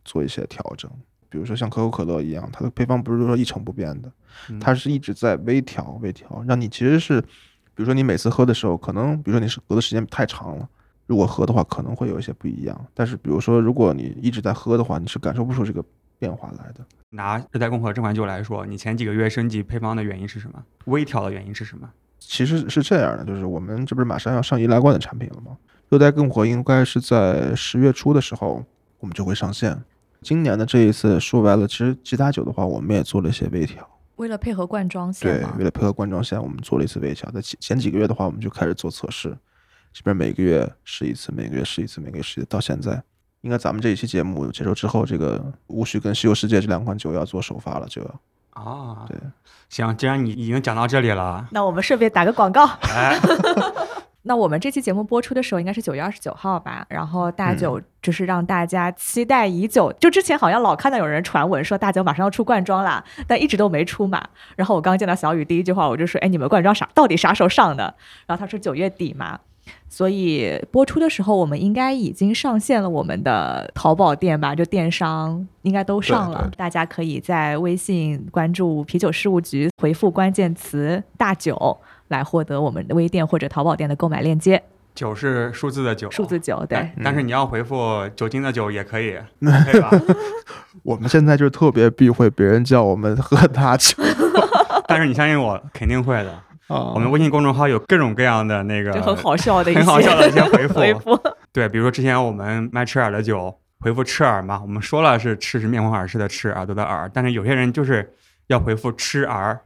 Speaker 4: 做一些调整。比如说像可口可乐一样，它的配方不是说一成不变的，
Speaker 2: 嗯
Speaker 4: 它是一直在微调、微调，让你其实是，比如说你每次喝的时候，可能比如说你是隔的时间太长了，如果喝的话可能会有一些不一样。但是比如说如果你一直在喝的话，你是感受不出这个变化来的。
Speaker 2: 拿热带共和这款酒来说，你前几个月升级配方的原因是什么？微调的原因是什么？
Speaker 4: 其实是这样的，就是我们这不是马上要上易拉罐的产品了吗？热带共和应该是在十月初的时候，我们就会上线。今年的这一次，说白了，其实其他酒的话，我们也做了一些微调，
Speaker 3: 为了配合灌装线
Speaker 4: 对
Speaker 3: 嘛，
Speaker 4: 为，了配合灌装线，我们做了一次微调。在前前几个月的话，我们就开始做测试，这边每个月试一次，每个月试一次，每个月试一次，到现在，应该咱们这一期节目结束之后，这个无需跟西游世界这两款酒要做首发了，就要
Speaker 2: 啊，
Speaker 4: 对，
Speaker 2: 行，既然你已经讲到这里了，
Speaker 3: 那我们顺便打个广告。
Speaker 2: 啊哎，
Speaker 3: 那我们这期节目播出的时候应该是九月二十九号吧，然后大九就是让大家期待已久，就之前好像老看到有人传闻说大九马上要出罐装啦，但一直都没出嘛。然后我刚见到小雨第一句话我就说，哎，你们罐装啥到底啥时候上的？然后他说九月底嘛。所以播出的时候，我们应该已经上线了我们的淘宝店吧，就电商应该都上
Speaker 4: 对
Speaker 3: 了
Speaker 4: 对，
Speaker 3: 大家可以在微信关注啤酒事务局，回复关键词“大九”来获得我们微店或者淘宝店的购买链接。
Speaker 2: 酒是数字的酒，
Speaker 3: 数字九，对
Speaker 2: 哎，但是
Speaker 4: 嗯
Speaker 2: 你要回复酒精的酒也可以，对吧？
Speaker 4: 我们现在就是特别避讳别人叫我们喝大酒
Speaker 2: 但是你相信我，肯定会的。
Speaker 4: 啊，
Speaker 2: 我们微信公众号有各种各样的那个
Speaker 3: 就哦很 好笑的一些
Speaker 2: 很好笑的一哦些回复，
Speaker 3: 回复。
Speaker 2: 对，比如说之前我们卖赤耳的酒，回复赤耳嘛，我们说了是赤是面孔耳赤的赤，耳朵的耳，但是有些人就是要回复吃儿，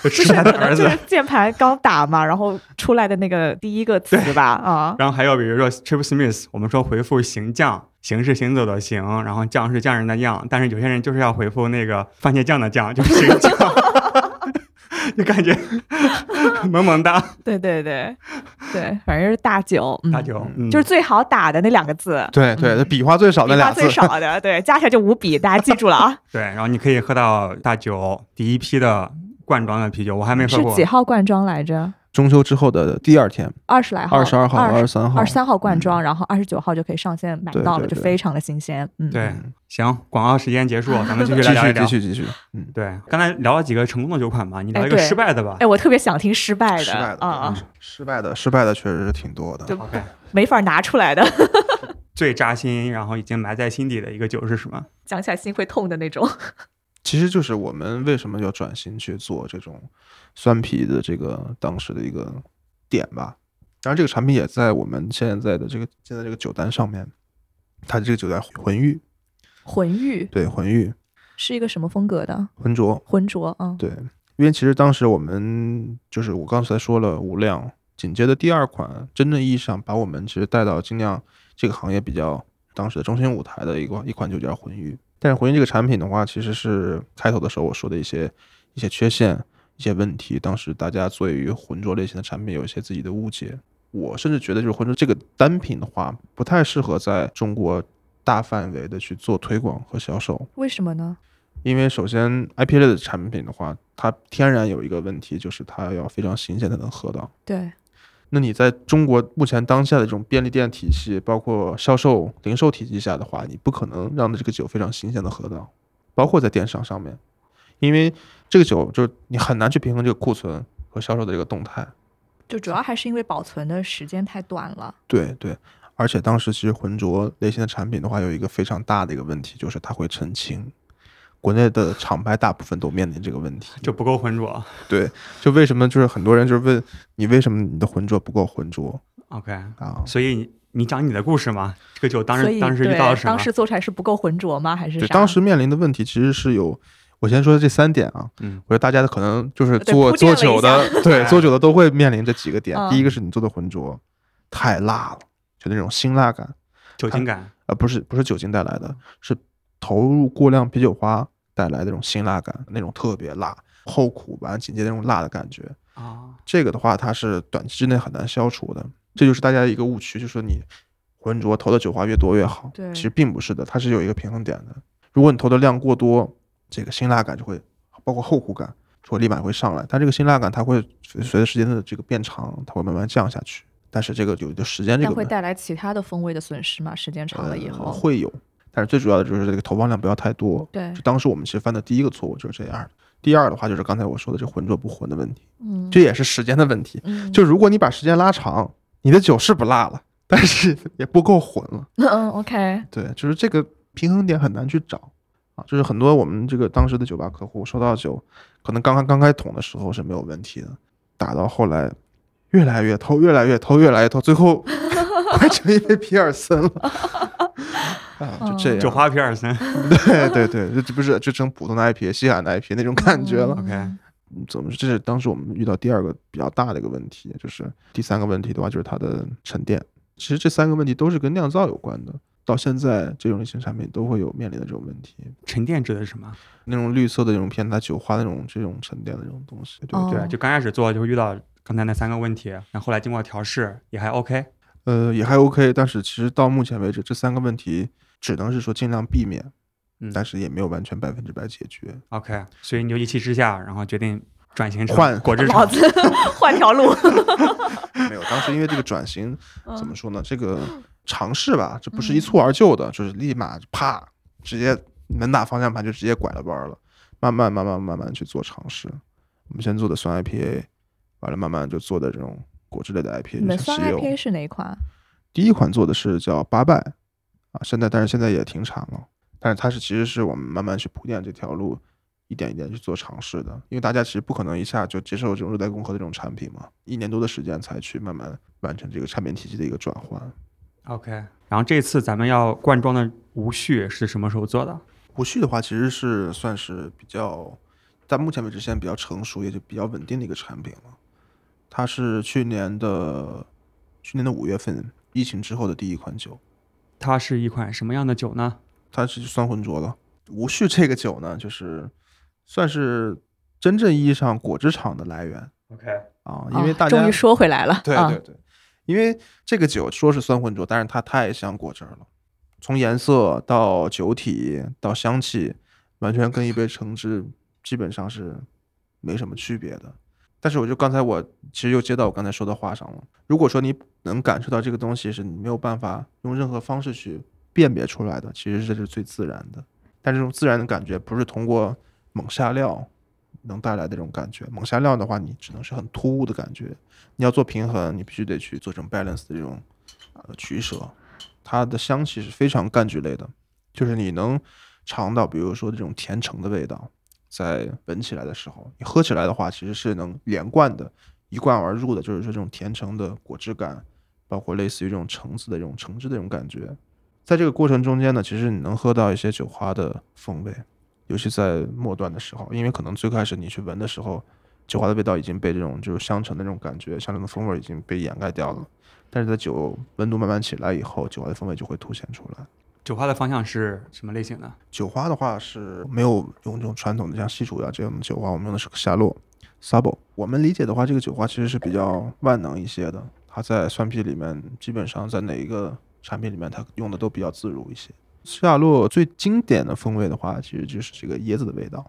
Speaker 2: 就吃他的儿
Speaker 3: 就
Speaker 2: 子
Speaker 3: 是。键盘刚打嘛，然后出来的那个第一个词吧，啊，
Speaker 2: 然后还有比如说 Trip Smith，我们说回复行将，行是行走的行，然后将是匠人的匠，但是有些人就是要回复那个番茄酱的酱，就是行将， 就感 觉萌萌哒
Speaker 3: 啊对对对对，反正是大九，嗯
Speaker 2: 大酒，嗯
Speaker 3: 就是最好打的那两个字，
Speaker 4: 对对，
Speaker 3: 嗯
Speaker 4: 笔画最少
Speaker 3: 笔
Speaker 4: 的俩
Speaker 3: 画
Speaker 4: 字，
Speaker 3: 最少的，对，加起来就五笔，大家记住了 啊。
Speaker 2: 对，然后你可以喝到大酒第一批的罐装的啤酒，我还没喝
Speaker 3: 是
Speaker 2: 过
Speaker 3: 几，号罐装来着？
Speaker 4: 中秋之后的第二天，
Speaker 3: 二十来号，
Speaker 4: 二十二号、二
Speaker 3: 二
Speaker 4: 十三号、
Speaker 3: 二十三号罐装，然后二十九号就可以上线买
Speaker 4: 对
Speaker 3: 到了，
Speaker 4: 对
Speaker 3: 就
Speaker 4: 对
Speaker 3: 非常的新鲜。嗯，
Speaker 2: 对，行，广告时间 结束，咱们继续
Speaker 4: 继
Speaker 2: 来聊一
Speaker 4: 续
Speaker 2: 聊
Speaker 4: 继。续继续，嗯，
Speaker 2: 对，刚才聊了几个成功的酒款嘛，你聊
Speaker 3: 哎
Speaker 2: 一个
Speaker 3: 对
Speaker 2: 失败的吧。
Speaker 3: 哎，我特别想听失败
Speaker 4: 失败的
Speaker 3: 啊
Speaker 4: 嗯
Speaker 3: 啊，
Speaker 4: 对失败的失败的确实是挺多的
Speaker 3: 就。
Speaker 2: OK，
Speaker 3: 没法拿出来的，
Speaker 2: 最扎心，然后已经埋在心底的一个酒是什么？
Speaker 3: 讲起来心会痛的那种。
Speaker 4: 其实就是我们为什么要转型去做这种酸啤的这个当时的一个点吧。当然，这个产品也在我们现在的这个现在这个酒单上面，它这个酒单浑玉，
Speaker 3: 浑玉
Speaker 4: 对浑玉
Speaker 3: 是一个什么风格的？
Speaker 4: 浑浊，
Speaker 3: 浑浊，嗯，
Speaker 4: 对，因为其实当时我们就是我刚才说了五量，紧接着第二款真正意义上把我们其实带到精酿这个行业比较当时的中心舞台的一个一款酒叫浑玉。但是浑玉这个产品的话，其实是开头的时候我说的一些一些缺陷、一些问题，当时大家对于浑浊类型的产品有一些自己的误解。我甚至觉得，就是浑浊这个单品的话，不太适合在中国大范围的去做推广和销售。
Speaker 3: 为什么呢？
Speaker 4: 因为首先 IP 类的产品的话，它天然有一个问题，就是它要非常新鲜才能喝到。
Speaker 3: 对，
Speaker 4: 那你在中国目前当下的这种便利店体系，包括销售零售体系下的话，你不可能让这个酒非常新鲜的喝到，包括在电商上面，因为这个酒就是你很难去平衡这个库存和销售的这个动态。
Speaker 3: 就主要还是因为保存的时间太短了。
Speaker 4: 对对，而且当时其实浑浊类型的产品的话，有一个非常大的一个问题，就是它会澄清。国内的厂牌大部分都面临这个问题，
Speaker 2: 就不够浑浊。
Speaker 4: 对，就为什么就是很多人就是问你为什么你的浑浊不够浑浊
Speaker 2: OK，
Speaker 4: 啊？
Speaker 2: 所以你你讲你的故事嘛，这个酒当
Speaker 3: 所
Speaker 2: 时
Speaker 3: 以
Speaker 2: 当时遇
Speaker 3: 对
Speaker 2: 到了什么？
Speaker 3: 当时做出来是不够浑浊吗？还是
Speaker 4: 对，
Speaker 3: 啥
Speaker 4: 当时面临的问题其实是有，我先说这三点啊，
Speaker 2: 嗯
Speaker 4: 我觉得大家的可能就是
Speaker 3: 对
Speaker 4: 做
Speaker 3: 铺垫
Speaker 4: 做
Speaker 3: 了
Speaker 4: 酒
Speaker 3: 一
Speaker 4: 的， 对做酒的都会面临这几个点。
Speaker 3: 嗯
Speaker 4: 第一个是你做的浑浊太辣了，就那种辛辣感，
Speaker 2: 酒精感，
Speaker 4: 呃，不是不是酒精带来的，是投入过量啤酒花带来的那种辛辣感，那种特别辣，后苦完紧接着那种辣的感觉。
Speaker 2: 啊，
Speaker 4: 这个的话，它是短期之内很难消除的。这就是大家一个误区，就是说你浑浊投的酒花越多越好，
Speaker 3: 对
Speaker 4: 其实并不是的，它是有一个平衡点的。如果你投的量过多，这个辛辣感就会，包括后苦感，就会立马会上来。但这个辛辣感它会随随着时间的这个变长，它会慢慢降下去。但是这个有的时间这
Speaker 3: 但
Speaker 4: 个
Speaker 3: 会
Speaker 4: 问题
Speaker 3: 带来其他的风味的损失嘛？时间长了以后，
Speaker 4: 呃、会有，但是最主要的就是这个投放量不要太多。
Speaker 3: 对
Speaker 4: 就，当时我们其实犯的第一个错误就是这样的。第二的话就是刚才我说的这浑浊不浑的问题，
Speaker 3: 嗯，
Speaker 4: 这也是时间的问题。
Speaker 3: 嗯
Speaker 4: 就如果你把时间拉长，你的酒是不辣了， 但是也不够混了。
Speaker 3: 嗯 OK，
Speaker 4: 对，就是这个平衡点很难去找啊。就是很多我们这个当时的酒吧客户收到酒，可能刚刚刚开桶的时候是没有问题的，打到后来越来越透，越来越透，越来越透，最后 快成一杯皮尔森了。啊，就这样，
Speaker 2: 酒花皮尔森。
Speaker 4: 对对对，这不是就成普通的 IPA、西海岸 IPA 那种感觉了。
Speaker 2: OK
Speaker 3: 嗯
Speaker 4: 嗯怎么说？这是当时我们遇到第二个比较大的一个问题，就是第三个问题的话，就是它的沉淀。其实这三个问题都是跟酿造有关的。到现在，这种类型产品都会有面临的这种问题，
Speaker 2: 沉淀指的是什么？
Speaker 4: 那种绿色的这种偏它酒花那种这种沉淀的这种东西，对
Speaker 3: 哦
Speaker 2: 对，就刚开始做就会遇到刚才那三个问题，然后后来经过调试也还 OK。
Speaker 4: 呃也还 OK。但是其实到目前为止，这三个问题只能是说尽量避免，
Speaker 2: 嗯
Speaker 4: 但是也没有完全百分之百解决。
Speaker 2: OK，所以你就一气之下，然后决定转型成
Speaker 4: 换
Speaker 2: 果汁
Speaker 3: 老
Speaker 2: 厂。
Speaker 3: 子 换条路，
Speaker 4: 没有，当时因为这个转型怎么
Speaker 3: 嗯
Speaker 4: 说呢？这个尝试吧，这不是一蹴而就的，就是立马啪，直接门打方向盘就直接拐了弯儿了。慢慢慢慢慢慢去做尝试，我们先做的酸 IPA，完了慢慢就做的这种果汁类的
Speaker 3: 你
Speaker 4: IPA，
Speaker 3: 们
Speaker 4: 像
Speaker 3: 酸
Speaker 4: 石榴。
Speaker 3: IPA 是哪一款？啊
Speaker 4: 第一款做的是叫八拜啊，现在但是现在也停产了，但是它是其实是我们慢慢去铺垫这条路，一点一点去做尝试的，因为大家其实不可能一下就接受这种热带共和的这种产品嘛，一年多的时间才去慢慢完成这个产品体系的一个转换。
Speaker 2: OK，然后这次咱们要灌装的无序是什么时候做的？
Speaker 4: 无序的话，其实是算是比较，在目前为止现在比较成熟，也就比较稳定的一个产品了。它是去年的去年的五月份疫情之后的第一款酒，
Speaker 2: 它是一款什么样的酒呢？
Speaker 4: 它是酸浑浊了。无序这个酒呢，就是算是真正意义上果汁厂的来源
Speaker 2: OK，
Speaker 4: 啊，因为
Speaker 3: 啊
Speaker 4: 大家、
Speaker 3: 终于说回来了，
Speaker 4: 对
Speaker 3: 啊
Speaker 4: 对对，因为这个酒说是酸浑浊，但是它太像果汁儿了，从颜色到酒体到香气，完全跟一杯橙汁基本上是没什么区别的。但是我就刚才我其实又接到我刚才说的话上了，如果说你能感受到这个东西是你没有办法用任何方式去辨别出来的，其实这是最自然的。但这种自然的感觉不是通过猛下料能带来的这种感觉。猛下料的话，你只能是很突兀的感觉，你要做平衡，你必须得去做成 balance 的这种呃取舍。它的香气是非常柑橘类的，就是你能尝到，比如说这种甜橙的味道，在闻起来的时候，你喝起来的话，其实是能连贯的，一贯而入的，就是说这种甜橙的果汁感，包括类似于这种橙子的这种橙汁的这种感觉。在这个过程中间呢，其实你能喝到一些酒花的风味，尤其在末端的时候，因为可能最开始你去闻的时候，酒花的味道已经被这种就是香橙的那种感觉、香橙的风味已经被掩盖掉了。但是在酒温度慢慢起来以后，酒花的风味就会凸显出来。
Speaker 2: 酒花的方向是什么类型的？
Speaker 4: 酒花的话是没有用这种传统的像西楚呀这样的酒花，我们用的是个夏洛 Sabo。我们理解的话，这个酒花其实是比较万能一些的，它在酸啤里面基本上在哪一个产品里面，它用的都比较自如一些。夏洛最经典的风味的话，其实就是这个椰子的味道，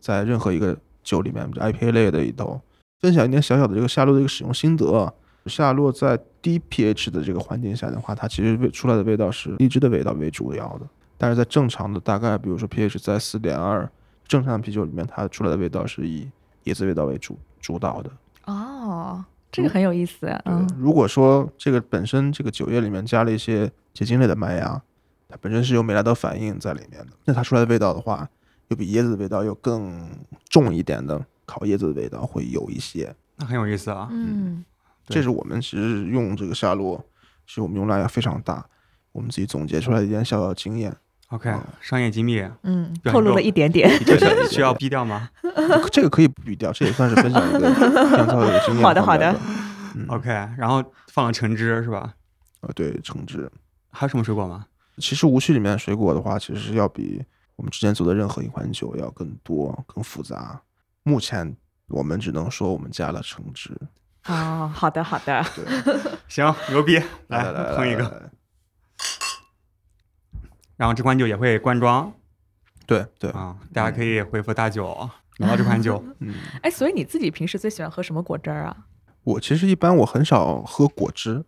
Speaker 4: 在任何一个酒里面，IPA 类的里头，分享一点小小的这个夏洛的一个使用心得啊。夏洛在低 pH 的这个环境下的话，它其实味出来的味道是荔枝的味道为主要的。但是在正常的大概，比如说 pH 在四点二，正常的啤酒里面，它出来的味道是以椰子味道为主主导的。
Speaker 3: 哦，这个很有意思，
Speaker 4: 对
Speaker 3: 嗯，
Speaker 4: 如果说这个本身这个酒液里面加了一些结晶类的麦芽，它本身是有美拉德反应在里面的，那它出来的味道的话，又比椰子的味道又更重一点的烤椰子的味道会有一些。
Speaker 2: 那很有意思啊。
Speaker 3: 嗯，
Speaker 2: 对
Speaker 4: 这是我们其实用这个夏洛，是我们用辣芽非常大，我们自己总结出来的一点小小经验。
Speaker 2: OK，
Speaker 4: 嗯
Speaker 2: 商业机密，
Speaker 3: 嗯，
Speaker 2: 对
Speaker 3: 透露了一点 点。
Speaker 2: 你这个需要逼掉吗
Speaker 4: 这个可以不语掉，这也算是分享一个 酿造的经验。
Speaker 3: 好的好的
Speaker 4: 嗯
Speaker 2: ？OK，然后放了橙汁是吧？
Speaker 4: 呃，对，橙汁。
Speaker 2: 还有什么水果吗？
Speaker 4: 其实无序里面的水果的话，其实是要比我们之前做的任何一款酒要更多、更复杂。目前我们只能说我们加了橙汁。
Speaker 3: 哦，好的好的，
Speaker 4: 对，
Speaker 2: 行，牛逼，
Speaker 4: 来来
Speaker 2: 来
Speaker 4: 来，
Speaker 2: 碰一
Speaker 4: 来
Speaker 2: 个。
Speaker 4: 来来
Speaker 2: 然后这款酒也会灌装
Speaker 4: 对对，
Speaker 2: 啊，大家可以回复大酒拿到这款酒。
Speaker 4: 嗯，
Speaker 3: 哎，所以你自己平时最喜欢喝什么果汁儿啊？
Speaker 4: 我其实一般我很少喝果汁，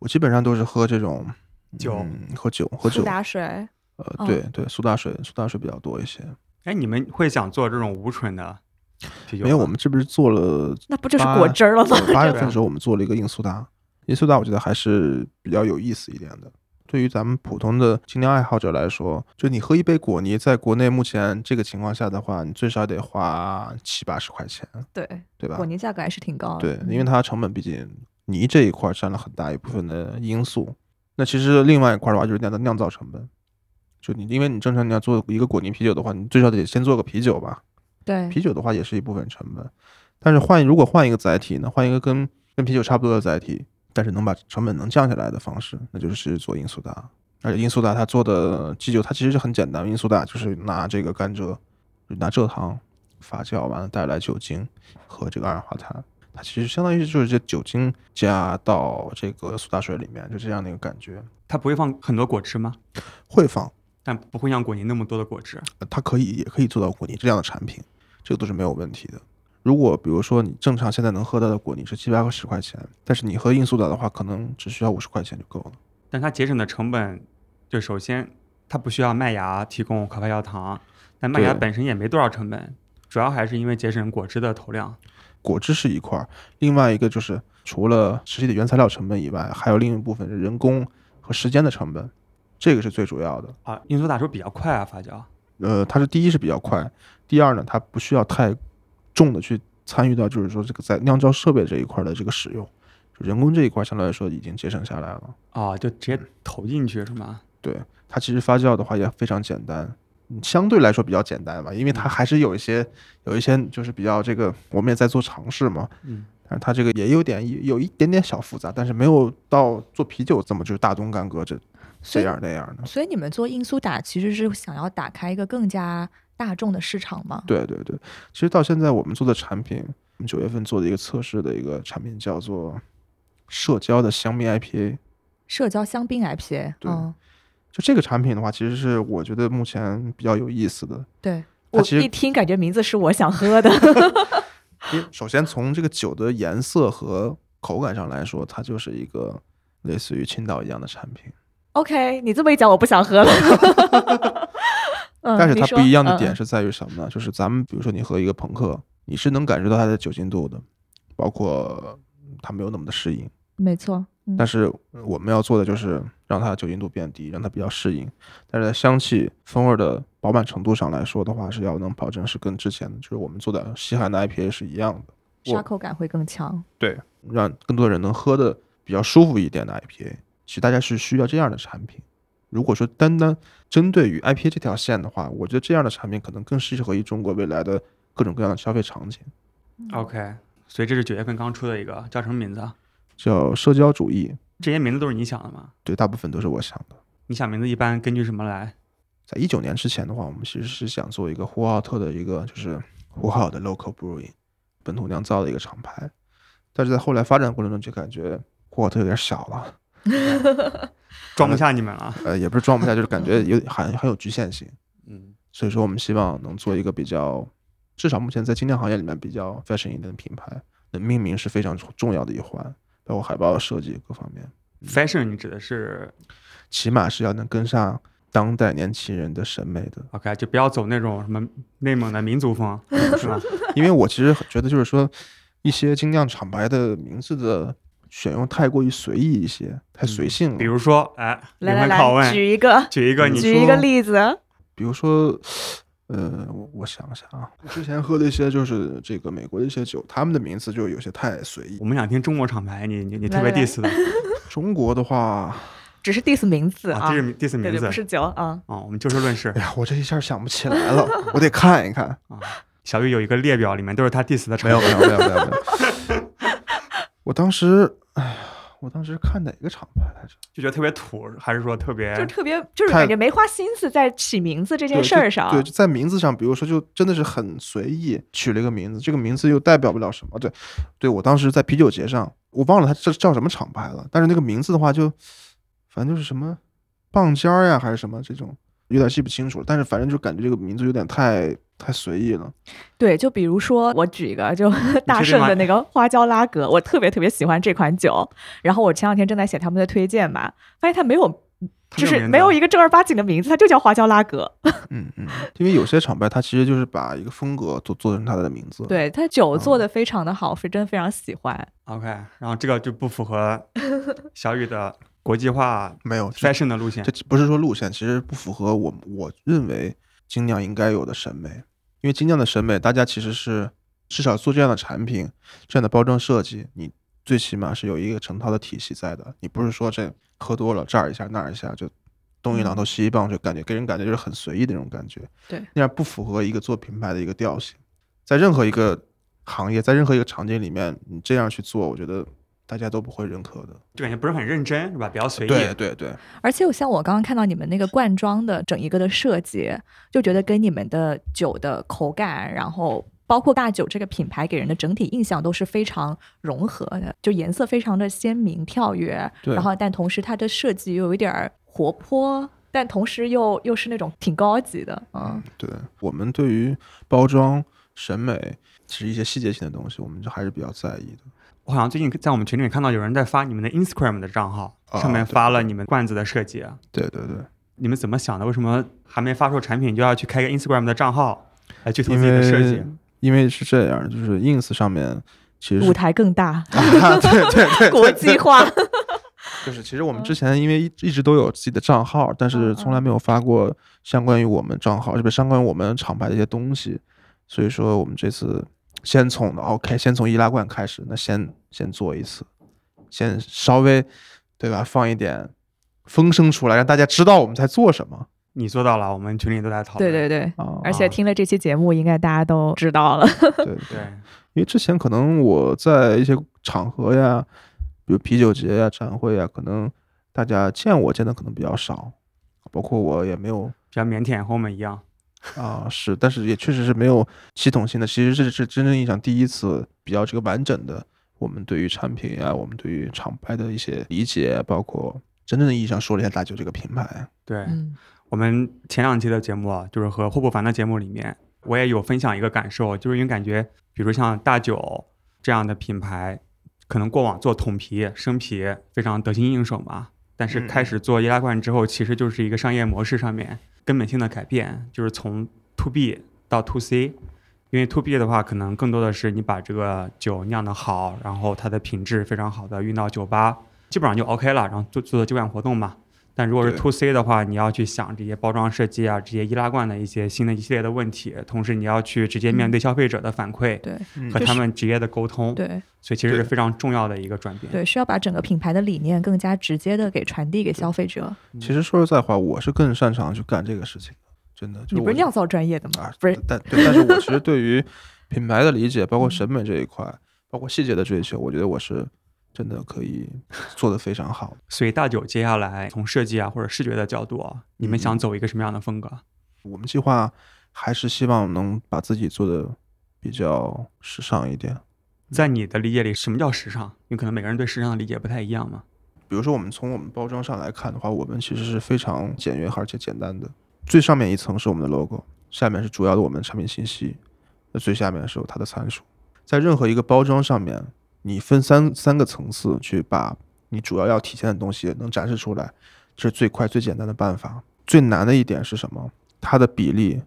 Speaker 4: 我基本上都是喝这种
Speaker 2: 酒
Speaker 4: 嗯喝酒，喝
Speaker 3: 苏
Speaker 4: 酒。
Speaker 3: 打水。
Speaker 4: 呃，
Speaker 3: 哦
Speaker 4: 对对，苏打水，苏打水比较多一些。
Speaker 2: 哎，你们会想做这种无醇的啤酒吗？
Speaker 4: 没有，我们这不是做了
Speaker 3: 那不就是果汁儿了吗？
Speaker 4: 对八月份的时候，我们做了一个硬苏打，硬苏打我觉得还是比较有意思一点的。对于咱们普通的精酿爱好者来说，就你喝一杯果泥，在国内目前这个情况下的话，你最少得花七八十块钱，
Speaker 3: 对，
Speaker 4: 对吧
Speaker 3: 果？泥价格还是挺高的。
Speaker 4: 对，
Speaker 3: 嗯
Speaker 4: 因为它成本毕竟泥这一块占了很大一部分的因素。那其实另外一块的话就是酿造酿造成本，就你因为你正常你要做一个果泥啤酒的话，你最少得先做个啤酒吧，
Speaker 3: 嗯对
Speaker 4: 啤酒的话也是一部分成本，但是换如果换一个载体呢，换一个跟跟啤酒差不多的载体，但是能把成本能降下来的方式，那就是做因苏达。而且因苏达它做的基酒，它其实是很简单，因苏达就是拿这个甘蔗，就拿蔗糖发酵完了带来酒精和这个二氧化碳，它其实相当于就是这酒精加到这个苏打水里面，就这样的一个感觉。
Speaker 2: 它不会放很多果汁吗？
Speaker 4: 会放，
Speaker 2: 但不会像果泥那么多的果汁。
Speaker 4: 呃它可以也可以做到果泥这样的产品，这个都是没有问题的。如果比如说你正常现在能喝到的果泥是七八十块钱，但是你喝硬苏打的话，可能只需要五十块钱就够了。
Speaker 2: 但它节省的成本，就首先它不需要麦芽提供可发酵糖，但麦芽
Speaker 4: 对
Speaker 2: 本身也没多少成本，主要还是因为节省果汁的投量。
Speaker 4: 果汁是一块儿，另外一个就是除了实际的原材料成本以外，还有另一部分是人工和时间的成本，这个是最主要的。
Speaker 2: 啊，因苏打是不是比较快啊，发酵。
Speaker 4: 呃，它是第一是比较快，第二呢，它不需要太重的去参与到就是说这个在酿造设备这一块的这个使用，就人工这一块相对来说已经节省下来了。
Speaker 2: 啊，就直接
Speaker 4: 嗯
Speaker 2: 投进去是吗？
Speaker 4: 对，它其实发酵的话也非常简单，嗯相对来说比较简单吧，因
Speaker 3: 嗯
Speaker 4: 为它还是有一些有一些就是比较这个，我们也在做尝试嘛，
Speaker 2: 嗯，
Speaker 4: 但是它这个也有点有一点点小复杂，但是没有到做啤酒这么就是大动干戈这这
Speaker 3: 所以
Speaker 4: 样那样的。
Speaker 3: 所以你们做硬苏打其实是想要打开一个更加大众的市场吗？
Speaker 4: 对对对，其实到现在我们做的产品，我们九月份做的一个测试的一个产品叫做社交的香蜜 IPA，
Speaker 3: 社交香槟 IPA，
Speaker 4: 对
Speaker 3: 嗯，
Speaker 4: 就这个产品的话，其实是我觉得目前比较有意思的，
Speaker 3: 对。
Speaker 4: 它
Speaker 3: 我
Speaker 4: 其实
Speaker 3: 一听感觉名字是我想喝的，
Speaker 4: 因为首先从这个酒的颜色和口感上来说，它就是一个类似于青岛一样的产品，
Speaker 3: OK，你这么一讲，我不想喝了。嗯
Speaker 4: 但是它不一样的点，
Speaker 3: 你说
Speaker 4: 是在于什么呢？就是咱们比如说你喝一个朋克，你是能感受到它的酒精度的，包括它没有那么的适应。
Speaker 3: 嗯没错，嗯
Speaker 4: 但是我们要做的就是让它的酒精度变低，让它比较适应。但是在香气风味的饱满程度上来说的话，是要能保证是跟之前的就是我们做的西海岸的 IPA 是一样的。我
Speaker 3: 沙口感会更强。
Speaker 4: 对，让更多的人能喝的比较舒服一点的 IPA，其实大家是需要这样的产品。如果说单单针对于 IPA 这条线的话，我觉得这样的产品可能更适合于中国未来的各种各样的消费场景，
Speaker 3: 嗯
Speaker 2: OK，所以这是九月份刚出的一个，叫什么名字？啊？
Speaker 4: 叫社交主义。
Speaker 2: 这些名字都是你想的吗？
Speaker 4: 对，大部分都是我想的。
Speaker 2: 你想名字一般根据什么 来？
Speaker 4: 在一九年之前的话，我们其实是想做一个呼和浩特的一个就是呼和浩的 local brewing 本土酿造的一个厂牌，但是在后来发展过程中就感觉呼和浩特有点小了，
Speaker 2: 装不下你们啊了。
Speaker 4: 呃，也不是装不下，就是感觉有很很有局限性。
Speaker 2: 嗯，
Speaker 4: 所以说我们希望能做一个比较，至少目前在精酿行业里面比较 fashion 一点的品牌，那命名是非常重要的一环。包括海报设计各方面，
Speaker 2: fashion 你指的是
Speaker 4: 起码是要能跟上当代年轻人的审美的。
Speaker 2: OK，就不要走那种什么内蒙的民族 风，是吧？
Speaker 4: 因为我其实很觉得就是说，一些精酿厂牌的名字的选用太过于随意一些，太随性了。
Speaker 2: 嗯比如说，哎，灵
Speaker 3: 来来
Speaker 2: 魂拷
Speaker 3: 来，
Speaker 2: 问，
Speaker 3: 举一个，
Speaker 2: 举一个你
Speaker 3: 举一个
Speaker 2: 说
Speaker 3: 例子。
Speaker 4: 比如说，呃，我我想想啊，之前喝的一些就是这个美国的一些酒，他们的名字就有些太随意
Speaker 2: 我。们想听中国厂牌，你你你特
Speaker 3: 来
Speaker 2: 别
Speaker 3: 来来
Speaker 2: diss 的，
Speaker 4: 中国的话，
Speaker 3: 只是 diss 名字
Speaker 2: 啊，
Speaker 3: 啊，
Speaker 2: 这是 diss
Speaker 3: 对
Speaker 2: 名
Speaker 3: 对，
Speaker 2: 字
Speaker 3: 不是酒啊。
Speaker 2: 啊，我们就事论事
Speaker 4: 哎呀，我这一下想不起来了，我得看一看。
Speaker 2: 啊。小玉有一个列表，里面都是他 diss 的厂
Speaker 4: 没
Speaker 2: 牌
Speaker 4: 有，没有，没有，没有，没有。 我当时，哎呀，我当时看哪个厂牌来着？
Speaker 2: 就觉得特别土，还是说特别
Speaker 3: 就特别，就是
Speaker 4: 太
Speaker 3: 感觉没花心思在起名字这件
Speaker 4: 哎对
Speaker 3: 事
Speaker 4: 就
Speaker 3: 儿上，啊
Speaker 4: 对，就在名字上，比如说，就真的是很随意取了一个名字，这个名字又代表不了什么。对，对我当时在啤酒节上，我忘了它这叫什么厂牌了，但是那个名字的话就，反正就是什么棒尖儿呀，还是什么这种，有点记不清楚了。但是反正就感觉这个名字有点太太随意了。
Speaker 3: 对，就比如说我举一个，就 大
Speaker 2: 确定
Speaker 3: 圣
Speaker 2: 吗
Speaker 3: 的那个花椒拉格，我特别特别喜欢这款酒。然后我前两天正在写他们的推荐嘛，发现它没有，
Speaker 2: 它没
Speaker 3: 就
Speaker 2: 有
Speaker 3: 是
Speaker 2: 名字
Speaker 3: 没有
Speaker 2: 啊哦
Speaker 3: 一个正儿八经的名字，它就叫花椒拉格。
Speaker 4: 嗯嗯，因为有些厂牌它其实就是把一个风格做做成它的名字。，
Speaker 3: 对，它
Speaker 2: 哦
Speaker 3: 酒做的非常的好，是真非常喜欢。
Speaker 2: OK？然后这个就不符合小雨的国际 化
Speaker 4: 没有这
Speaker 2: fashion 的路线。
Speaker 4: 这不是说路线，其实不符合我我认为精酿应该有的审美，因为精酿的审美，大家其实是至少做这样的产品、这样的包装设计，你最起码是有一个成套的体系在的，你不是说这喝多了这儿一下那儿一下就东一榔头西一棒，就感觉给人感觉就是很随意的那种感觉，
Speaker 3: 嗯对，
Speaker 4: 那样不符合一个做品牌的一个调性，在任何一个行业，在任何一个场景里面，你这样去做，我觉得大家都不会认可的。
Speaker 2: 就感觉不是很认真，是吧？比较随意。
Speaker 4: 对对对，
Speaker 3: 而且我像我刚刚看到你们那个罐装的整一个的设计，就觉得跟你们的酒的口感，然后包括大酒这个品牌给人的整体印象都是非常融合的，就颜色非常的鲜明跳跃，
Speaker 4: 对
Speaker 3: 然后但同时它的设计又有一点儿活泼，但同时又又是那种挺高级的，嗯
Speaker 4: 嗯，对，我们对于包装、审美，其实一些细节性的东西，我们就还是比较在意的。
Speaker 2: 我好像最近在我们群里面看到有人在发你们的 Instagram 的账号，
Speaker 4: 啊
Speaker 2: 上面
Speaker 4: 对
Speaker 2: 发了你们罐子的设计。
Speaker 4: 对对对，
Speaker 2: 你们怎么想的？为什么还没发售产品就要去开个 Instagram 的账号来去投自己的设计？
Speaker 4: 因为是这样，就是 ins 上面其实
Speaker 3: 舞
Speaker 4: 是
Speaker 3: 台更大，
Speaker 4: 啊， 对对对，对
Speaker 3: 国际， 化，
Speaker 4: 对就是其实
Speaker 3: 嗯
Speaker 4: 我们之前因为一一直都有自己的账号，但是从来没有发过相关于我们账号，这边相关于我们厂牌的一些东西，所以说我们这次先从 OK，先从易拉罐开始，那先先做一次，先稍微对吧，放一点风声出来，让大家知道我们在做什么
Speaker 2: 你做到了，我们群里都在讨
Speaker 3: 对
Speaker 2: 论。
Speaker 3: 对对。
Speaker 4: 啊。
Speaker 3: 而且听了这期节目，应该大家都知道了。
Speaker 4: 对对，
Speaker 2: 对
Speaker 4: 因为之前可能我在一些场合呀，比如啤酒节呀、展会呀，可能大家见我见的可能比较少，包括我也没有
Speaker 2: 比较腼腆，和我们一样。
Speaker 4: 啊、是，但是也确实是没有系统性的，其实这是真正意义上第一次比较这个完整的，我们对于产品呀，我们对于厂牌的一些理解，包括真正的意义上说了一下大酒这个品牌。
Speaker 2: 对，
Speaker 3: 嗯，
Speaker 2: 我们前两期的节目啊，就是和霍不凡的节目里面，我也有分享一个感受，就是因为感觉，比如像大酒这样的品牌，可能过往做桶啤、生啤非常得心应手嘛，但是
Speaker 4: 嗯
Speaker 2: 开始做易拉罐之后，其实就是一个商业模式上面根本性的改变，就是从 to B 到 to C。因为 to B 的话，可能更多的是你把这个酒酿得好，然后它的品质非常好的运到酒吧，基本上就 OK 了，然后做做酒馆活动嘛。但如果是
Speaker 4: 对
Speaker 2: to C 的话，你要去想这些包装设计啊，这些易拉罐的一些新的一系列的问题，同时你要去直接面对消费者的反馈
Speaker 3: 对
Speaker 2: 嗯和
Speaker 3: 就
Speaker 2: 他
Speaker 3: 是
Speaker 2: 们职业的沟通，
Speaker 3: 嗯对
Speaker 2: 所以其实是
Speaker 4: 嗯对
Speaker 2: 非常重要的一个转变。
Speaker 3: 对，是要把整个品牌的理念更加直接的给传递给消费者。
Speaker 4: 其实说实在话，我是更擅长去干这个事情的，真的。就
Speaker 3: 你不
Speaker 4: 我
Speaker 3: 是酿造专业的吗
Speaker 4: 啊？，
Speaker 3: 不是，嗯
Speaker 4: 但对，但是我其 实对于品牌的理解，包括审美这一块，包括细节的追求，我觉得我是真的可以做得非常好。
Speaker 2: 所以大九接下来从设计啊或者视觉的角度啊，你
Speaker 4: 嗯
Speaker 2: 们想走一个什么样的风格？
Speaker 4: 我们计划还是希望能把自己做的比较时尚一点。
Speaker 2: 在你的理解里，什么叫时尚？因为可能每个人对时尚的理解不太一样嘛。
Speaker 4: 比如说，我们从我们包装上来看的话，我们其实是非常简约而且简单的。最上面一层是我们的 logo，下面是主要的我们的产品信息，那最下面是有它的参数。在任何一个包装上面，你分三三个层次去把你主要要体现的东西能展示出来，这是最快最简单的办法。最难的一点是什么？它的比例、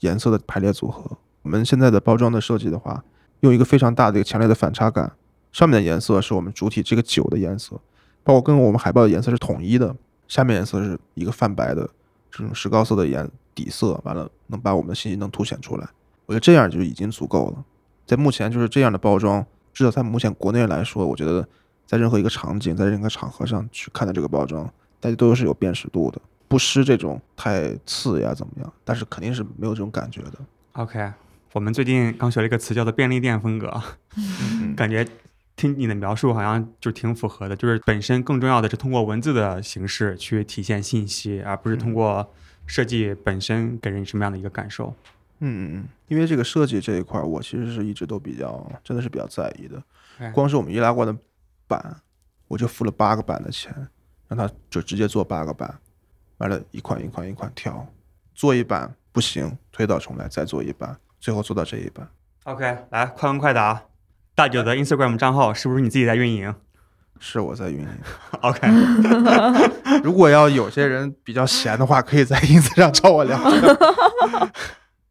Speaker 4: 颜色的排列组合。我们现在的包装的设计的话，用一个非常大的一个强烈的反差感，上面的颜色是我们主体这个酒的颜色，包括跟我们海报的颜色是统一的，下面颜色是一个泛白的这种石膏色的颜底色，完了能把我们的信息能凸显出来。我觉得这样就已经足够了。在目前就是这样的包装，至少在目前国内来说，我觉得在任何一个场景、在任何场合上去看待这个包装，大家都是有辨识度的，不失这种太次呀怎么样，但是肯定是没有这种感觉的。
Speaker 2: OK，我们最近刚学了一个词叫做便利店风格，
Speaker 4: 嗯
Speaker 2: 感觉听你的描述好像就挺符合的，就是本身更重要的是通过文字的形式去体现信息，而不是通过设计本身给人什么样的一个感受。
Speaker 4: 嗯嗯，因为这个设计这一块儿，我其实是一直都比较，真的是比较在意的
Speaker 2: 哎。
Speaker 4: 光是我们易拉罐的板，我就付了八个板的钱，让他就直接做八个板，完了，一款一款一款挑，做一版不行，推倒重来，再做一版，最后做到这一版。
Speaker 2: OK，来快问快答，大九的 Instagram 账号是不是你自己在运营
Speaker 4: 是我在运营。
Speaker 2: ？OK，
Speaker 4: 如果要有些人比较闲的话，可以在 ins 上找我聊。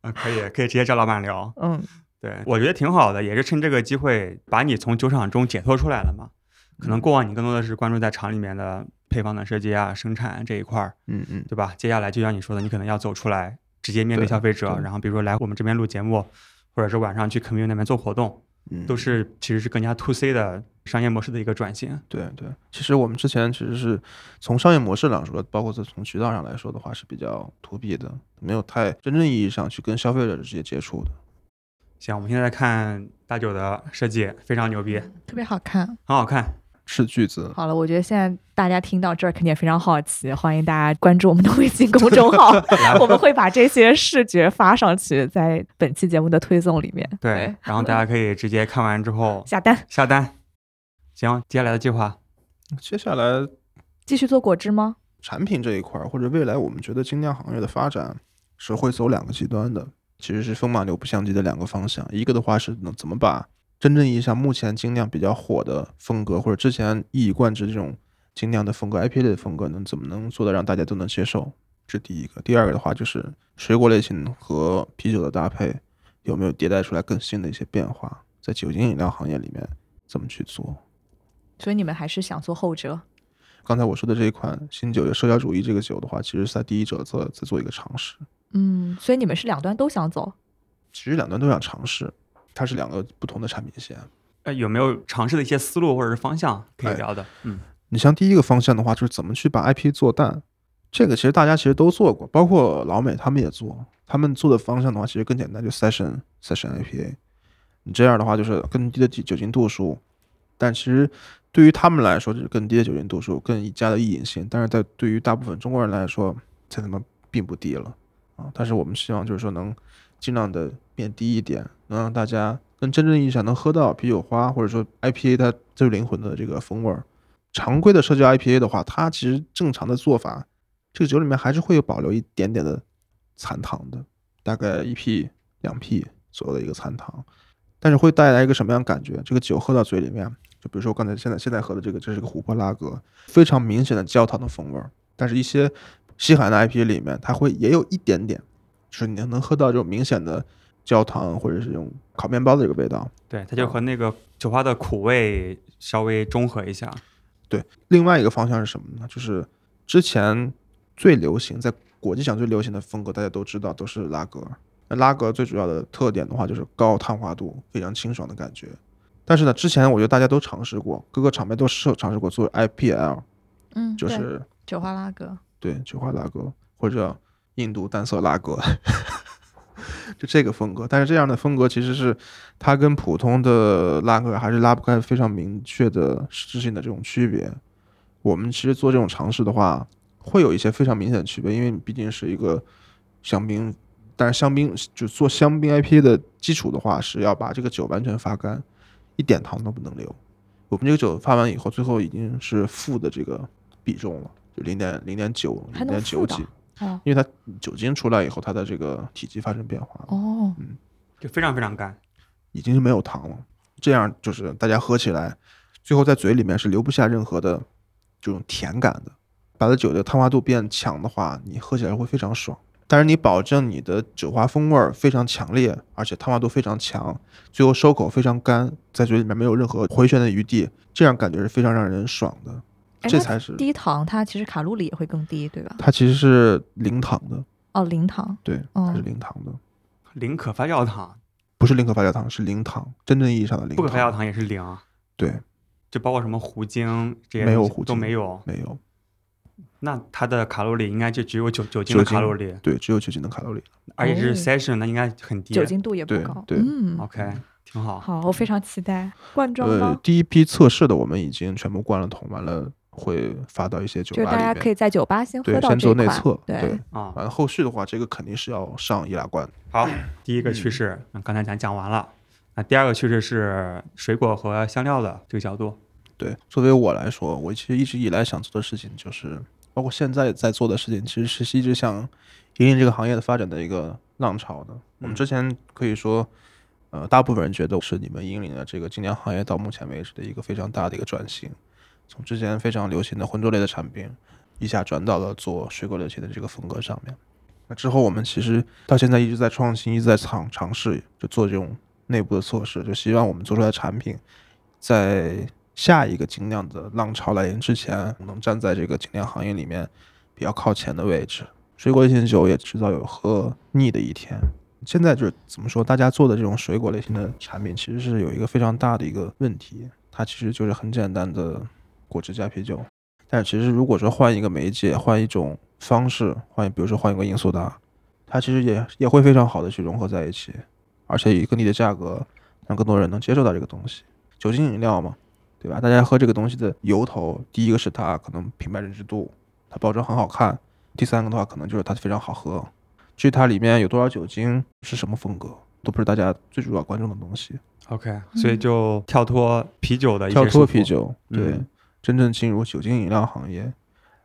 Speaker 2: 啊可以可以直接找老板聊。
Speaker 3: 嗯，
Speaker 2: 对，我觉得挺好的，也是趁这个机会把你从酒厂中解脱出来了嘛。可能过往你更多的是关注在厂里面的配方的设计啊、生产这一块儿，
Speaker 4: 嗯嗯，
Speaker 2: 对吧？接下来就像你说的，你可能要走出来，直接面对
Speaker 4: 对
Speaker 2: 消费者，
Speaker 4: 对
Speaker 2: 然后比如说来我们这边录节目，或者是晚上去 community 那边做活动，
Speaker 4: 嗯
Speaker 2: 都是其实是更加 to C 的商业模式的一个转型。
Speaker 4: 对对，其实我们之前其实是从商业模式上说，包括是从渠道上来说的话，是比较 to B 的，没有太真正意义上去跟消费者直接接触的。
Speaker 2: 行，我们现在看大九的设计非常牛
Speaker 4: 嗯
Speaker 2: 逼，
Speaker 3: 特别好看。
Speaker 2: 很好看。
Speaker 4: 斥巨资，
Speaker 3: 好了，我觉得现在大家听到这儿肯定也非常好奇，欢迎大家关注我们的微信公众 号，我们会把这些视觉发上去，在本期节目的推送里面。
Speaker 2: 对，然后大家可以直接看完之 后
Speaker 3: 下单
Speaker 2: 下单。行，接下来的计划，
Speaker 4: 接下来
Speaker 3: 继续做果汁吗？
Speaker 4: 产品这一块儿，或者未来我们觉得精酿行业的发展是会走两个极端的，其实是风马牛不相及的两个方向。一个的话是能怎么把真正意义上目前精酿比较火的风格，或者之前一以贯之这种精酿的风格、IP 类的风格，能怎么能做到让大家都能接受？这第一个。第二个的话就是水果类型和啤酒的搭配有没有迭代出来更新的一些变化，在酒精饮料行业里面怎么去做？
Speaker 3: 所以你们还是想做后者。
Speaker 4: 刚才我说的这一款新酒，有社交主义这个酒的话，其实是在第一者在在做一个尝试。
Speaker 3: 嗯，所以你们是两端都想走。
Speaker 4: 其实两端都想尝试，它是两个不同的产品线。
Speaker 2: 呃，有没有尝试的一些思路或者是方向可以
Speaker 4: 哎
Speaker 2: 聊的？嗯，
Speaker 4: 你像第一个方向的话，就是怎么去把 IP 做淡，这个其实大家其实都做过，包括老美他们也做，他们做的方向的话，其实更简单，就 session session IPA。你这样的话就是更低的酒精度数，但其实对于他们来说就是更低的酒精度数，更加的易饮性，但是在对于大部分中国人来说，这他妈并不低了啊！但是我们希望就是说能尽量的变低一点，能让大家跟真正意义上能喝到啤酒花或者说 IPA 它最灵魂的这个风味儿。常规的社交 IPA 的话，它其实正常的做法，这个酒里面还是会有保留一点点的残糖的，大概一 p 两 p 左右的一个残糖，但是会带来一个什么样的感觉？这个酒喝到嘴里面，就比如说刚才现在现在喝的这个，这是个琥珀拉格，非常明显的焦糖的风味儿，但是一些西海岸的 IPA 里面，它会也有一点点，就是你能喝到这种明显的焦糖或者是这种烤面包的这个味道。
Speaker 2: 对，它就和那个酒花的苦味稍微中和一下。
Speaker 4: 对，另外一个方向是什么呢？就是之前最流行，在国际上最流行的风格，大家都知道都是拉格。那拉格最主要的特点的话，就是高碳化度，非常清爽的感觉。但是呢，之前我觉得大家都尝试过，各个厂牌都试尝试过做 IPL，
Speaker 3: 嗯，
Speaker 4: 就
Speaker 3: 对
Speaker 4: 是
Speaker 3: 酒花拉格。
Speaker 4: 对酒花拉格或者印度淡色拉格，就这个风格。但是这样的风格其实是它跟普通的拉格还是拉不开非常明确的实质性的这种区别。我们其实做这种尝试的话，会有一些非常明显的区别，因为你毕竟是一个香槟，但是香槟就做香槟 IPA 的基础的话，是要把这个酒完全发干，一点糖都不能留。我们这个酒发完以后，最后已经是负的这个比重了，就零点零点九、
Speaker 3: 还能
Speaker 4: 零点
Speaker 3: 负
Speaker 4: 九
Speaker 3: 的
Speaker 4: 几，
Speaker 3: 哦
Speaker 4: 因为它酒精出来以后，它的这个体积发生变化了，
Speaker 3: 哦，
Speaker 2: 就非常非常干。
Speaker 4: 已经是没有糖了。这样就是大家喝起来，最后在嘴里面是留不下任何的这种甜感的。白的酒的碳化度变强的话，你喝起来会非常爽。但是你保证你的酒花风味儿非常强烈，而且碳化度非常强，最后收口非常干，在嘴里面没有任何回旋的余地，这样感觉是非常让人爽的。
Speaker 3: 哎
Speaker 4: 这
Speaker 3: 那
Speaker 4: 才是
Speaker 3: 低糖它其实卡路里也会更低，对吧？
Speaker 4: 它其实是零糖的，
Speaker 3: 哦，零糖，嗯
Speaker 4: 对，它是零糖的，
Speaker 2: 零可发酵糖，
Speaker 4: 不是零可发酵糖，是零糖，真正意义上的零啊
Speaker 2: 不可发酵
Speaker 4: 糖。
Speaker 2: 糖也是零，
Speaker 4: 对，
Speaker 2: 就包括什么糊精这些
Speaker 4: 没有
Speaker 2: 东西
Speaker 4: 糊
Speaker 2: 都
Speaker 4: 精
Speaker 2: 没有。
Speaker 4: 没有，
Speaker 2: 那它的卡路里应该就只有酒酒精
Speaker 4: 酒
Speaker 2: 的
Speaker 4: 精
Speaker 2: 卡路
Speaker 3: 嗯
Speaker 2: 里，
Speaker 4: 对，只有酒精的卡路里。
Speaker 2: 而且是
Speaker 3: 哦
Speaker 2: session，那应该很低。
Speaker 3: 酒精度也不
Speaker 4: 对
Speaker 3: 高。
Speaker 4: 对
Speaker 3: 嗯
Speaker 2: OK，挺好。
Speaker 3: 好，我非常期待罐装
Speaker 4: 呃
Speaker 3: 包，，
Speaker 4: 第一批测试的我们已经全部灌了桶，完了会发到一些酒
Speaker 3: 就是
Speaker 4: 吧
Speaker 3: 大家
Speaker 4: 里
Speaker 3: 可
Speaker 4: 面。
Speaker 3: 以在酒吧先喝
Speaker 4: 对，
Speaker 3: 到
Speaker 4: 先
Speaker 3: 这
Speaker 4: 做
Speaker 3: 一
Speaker 4: 内
Speaker 3: 款
Speaker 4: 测，
Speaker 3: 对，
Speaker 4: 对，
Speaker 2: 啊，
Speaker 4: 完了后续的话，这个肯定是要上易拉罐。
Speaker 2: 好，第一个趋
Speaker 4: 嗯
Speaker 2: 势，那刚才咱讲完了。那第二个趋势是水果和香料的这个角度。
Speaker 4: 对，作为我来说，我其实一直以来想做的事情，就是包括现在也在做的事情，其实是一直想引领这个行业的发展的一个浪潮的。我们之前可以说，呃，大部分人觉得是你们引领了这个精酿行业到目前为止的一个非常大的一个转型，从之前非常流行的浑浊类的产品，一下转到了做水果流行的这个风格上面。那之后，我们其实到现在一直在创新，一直在尝尝试，就做这种内部的测试，就希望我们做出来的产品，在下一个精酿的浪潮来临之前，能站在这个精酿行业里面比较靠前的位置。水果类型酒也迟早有喝腻的一天。现在就是怎么说，大家做的这种水果类型的产品，其实是有一个非常大的一个问题，它其实就是很简单的果汁加啤酒。但是其实如果说换一个媒介，换一种方式，换比如说换一个因素达，它其实也也会非常好的去融合在一起，而且以更低的价格，让更多人能接受到这个东西。酒精饮料嘛，对吧？大家喝这个东西的由头，第一个是它可能品牌认知度，它包装很好看；第三个的话，可能就是它非常好喝。至于它里面有多少酒精，是什么风格，都不是大家最主要关注的东西。
Speaker 2: OK，所以
Speaker 3: 嗯
Speaker 2: 就跳脱啤酒啊的一些
Speaker 4: 跳脱
Speaker 2: 束缚
Speaker 4: 啤，酒，对，
Speaker 2: 嗯
Speaker 4: 真正进入酒精饮料行业，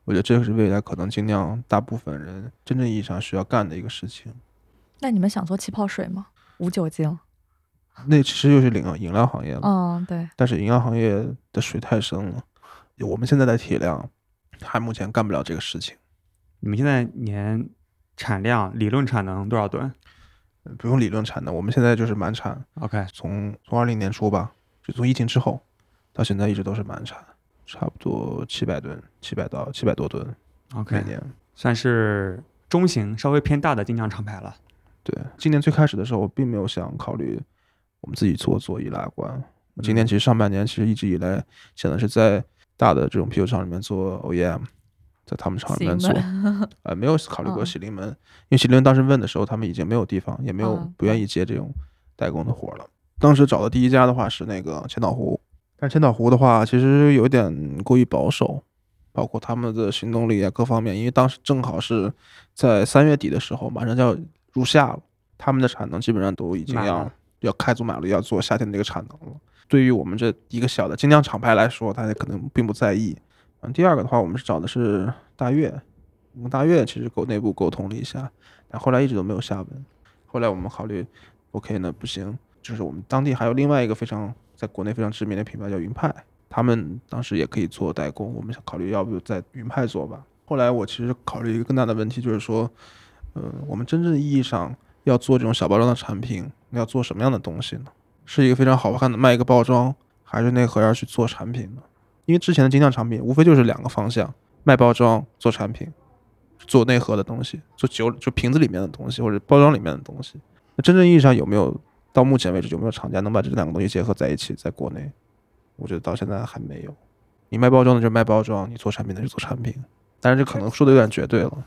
Speaker 4: 我觉得这个是未来可能尽量大部分人真正意义上需要干的一个事情。
Speaker 3: 那你们想做气泡水吗？无酒精？
Speaker 4: 那其实又是饮料饮料行业了，
Speaker 3: 嗯，对，
Speaker 4: 但是饮料行业的水太深了，我们现在的体量还目前干不了这个事情。
Speaker 2: 你们现在年产量理论产能多少吨
Speaker 4: 不用理论产能，我们现在就是满产，
Speaker 2: ？OK，
Speaker 4: 从从二零年初吧，就从疫情之后到现在一直都是满产，差不多七百吨，七百到七百多吨每
Speaker 2: OK，
Speaker 4: 年。
Speaker 2: 算是中型稍微偏大的精酿厂牌了。
Speaker 4: 对，今年最开始的时候，我并没有想考虑我们自己做做易拉罐。
Speaker 3: 嗯
Speaker 4: 我今年其实上半年其实一直以来想的是在大的这种啤酒厂里面做 OEM，在他们厂里面
Speaker 3: 行
Speaker 4: 做
Speaker 3: 吧，
Speaker 4: 呃，没有考虑过
Speaker 3: 嗯
Speaker 4: 喜临门，因为喜临门当时问的时候，他们已经没有地方，也没有
Speaker 3: 嗯
Speaker 4: 不愿意接这种代工的活儿了。当时找的第一家的话是那个千岛湖，但是千岛湖的话其实有点过于保守，包括他们的行动力啊各方面，因为当时正好是在三月底的时候，马上就要入夏了，他们的产能基本上都已经
Speaker 2: 满
Speaker 4: 要
Speaker 2: 了
Speaker 4: 要开足马力，要做夏天的这个产能了。对于我们这一个小的精酿厂牌来说，大家可能并不在意。嗯，第二个的话，我们是找的是大悦，我们大悦其实沟内部沟通了一下，但后来一直都没有下文。后来我们考虑，OK 呢不行，就是我们当地还有另外一个非常在国内非常知名的品牌叫云派，他们当时也可以做代工，我们想考虑要不在云派做吧。后来我其实考虑一个更大的问题，就是说，嗯、我们真正意义上要做这种小包装的产品，要做什么样的东西呢？是一个非常好看的卖一个包装，还是内核要去做产品呢？因为之前的精酿产品无非就是两个方向：卖包装、做产品，做内核的东西，做酒就瓶子里面的东西或者包装里面的东西。那真正意义上有没有？到目前为止有没有厂家能把这两个东西结合在一起？在国内，我觉得到现在还没有。你卖包装的就卖包装，你做产品的就做产品。但是这可能说的有点绝对了。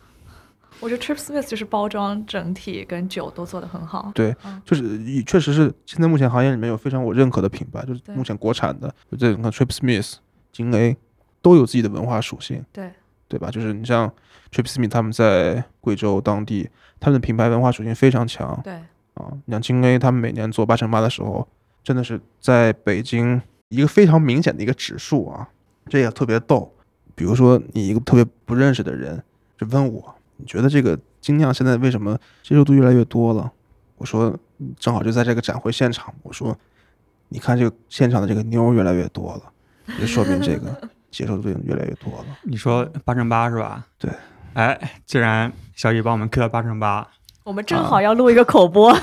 Speaker 3: 我觉得 Trip Smith 就是包装整体跟酒都做得很好。
Speaker 4: 对
Speaker 3: 嗯，
Speaker 4: 就是也确实是现在目前行业里面有非常我认可的品牌，就是
Speaker 3: 对
Speaker 4: 目前国产的，就这种看 Trip Smith、金 A 都有自己的文化属性，
Speaker 3: 对，
Speaker 4: 对吧？就是你像 Trip Smith 他们在贵州当地，他们的品牌文化属性非常强
Speaker 3: 对，
Speaker 4: 啊。你像金 A 他们每年做八乘八的时候，真的是在北京一个非常明显的一个指数啊，这也特别逗。比如说你一个特别不认识的人就问我，你觉得这个精酿现在为什么接受度越来越多了？我说正好就在这个展会现场，我说你看这个现场的这个妞儿越来越多了，也就说明这个接受度越来越多了。
Speaker 2: 你说
Speaker 3: 嗯
Speaker 2: 八乘八是吧？
Speaker 4: 对。
Speaker 2: 哎，既然小雨帮我们 Q 到八乘八，
Speaker 3: 我们正好要录一个口播，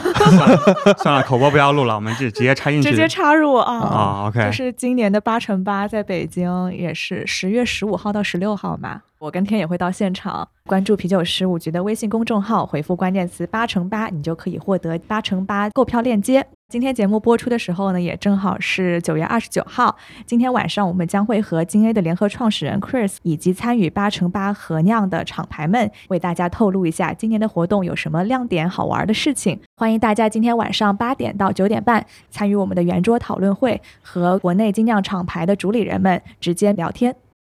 Speaker 2: 算了，口播不要录了，我们就 直接插进去。
Speaker 3: 直接插入啊。
Speaker 2: 啊，OK，
Speaker 3: 就是今年的八乘八在北京也是十月十五号到十六号嘛，我跟天也会到现场。关注啤酒十五局的微信公众号，回复关键词“八乘八”，你就可以获得八乘八购票链接。今天节目播出的时候呢，也正好是九月二十九号。今天晚上我们将会和金 A 的联合创始人 Chris 以及参与八乘八合酿的厂牌们，为大家透露一下今年的活动有什么亮点、好玩的事情。欢迎大家今天晚上八点到九点半参与我们的圆桌讨论会，和国内精酿厂牌的主理人们直接聊天。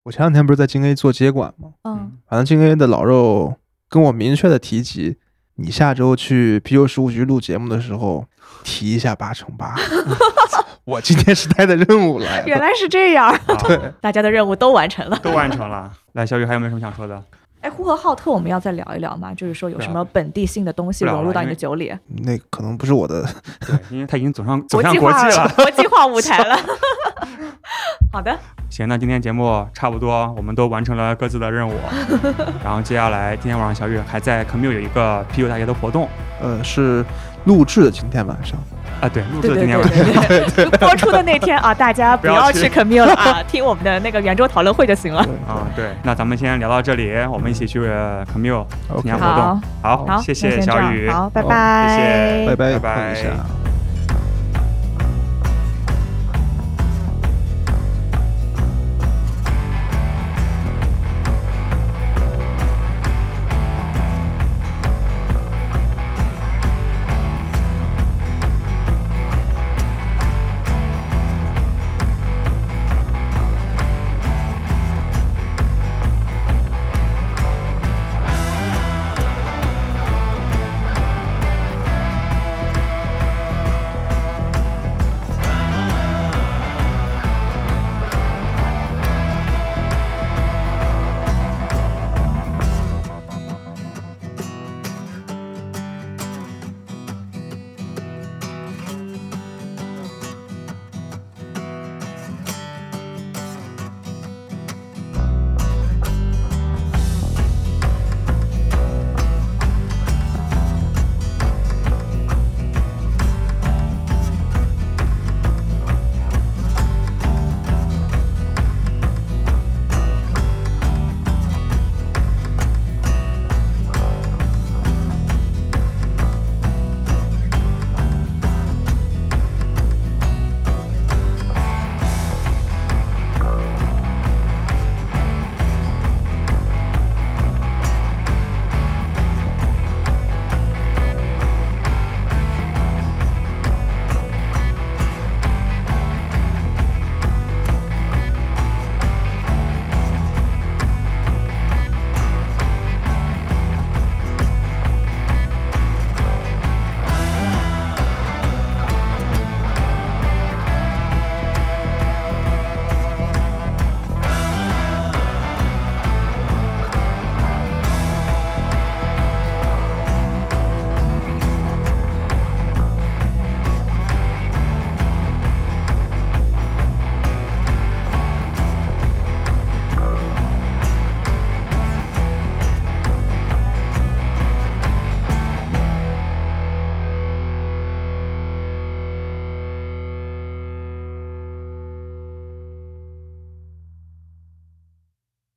Speaker 4: 我前两天不是在京 A 做接管吗？
Speaker 3: 嗯，
Speaker 4: 反正京 A 的老肉跟我明确的提及，你下周去啤酒十五局录节目的时候提一下八乘八。我今天是带着任 务
Speaker 2: 嗯
Speaker 4: 来
Speaker 3: 原
Speaker 4: 的，
Speaker 3: 来是这样，
Speaker 2: 啊
Speaker 4: 对，
Speaker 3: 大家的任务都完成了。
Speaker 2: 都完成了。来，小雨还有没有什么想说的？
Speaker 3: 哎，呼和浩特我们要再聊一聊吗？就是说有什么本地性的东西
Speaker 2: 啊不聊了
Speaker 3: 融入到
Speaker 2: 因
Speaker 3: 你
Speaker 2: 为
Speaker 3: 的酒里？
Speaker 4: 那可能不是我的
Speaker 2: 对，因为他已经走上走向
Speaker 3: 际
Speaker 2: 国
Speaker 3: 化
Speaker 2: 际了。
Speaker 3: 国际化舞 台了。好的，
Speaker 2: 行，那今天节目差不多，我们都完成了各自的任 务。然后接下来，今天晚上小雨还在 commute 有一个啤酒大节的活动
Speaker 4: 呃，是录制的今天晚上，
Speaker 2: 啊，对，录制
Speaker 3: 对
Speaker 2: 的
Speaker 3: 对
Speaker 2: 今天
Speaker 3: 对
Speaker 2: 晚上。
Speaker 3: 对对，就播出的那天啊，大家不
Speaker 2: 不要
Speaker 3: 要
Speaker 2: 去
Speaker 3: 去 commute 了啊，听我们的那个圆桌讨论会就行了。
Speaker 2: 啊，对，那咱们先聊到这里，我们一起去 commute 参
Speaker 4: OK
Speaker 2: 加活动。好，
Speaker 3: 好，
Speaker 2: 谢
Speaker 3: 那
Speaker 2: 谢
Speaker 3: 先这
Speaker 2: 小
Speaker 3: 样
Speaker 2: 雨，
Speaker 3: 好，拜
Speaker 4: 好
Speaker 3: 拜，
Speaker 2: 谢谢
Speaker 4: 拜
Speaker 2: 拜
Speaker 4: 拜，
Speaker 2: 拜
Speaker 4: 碰一下。啊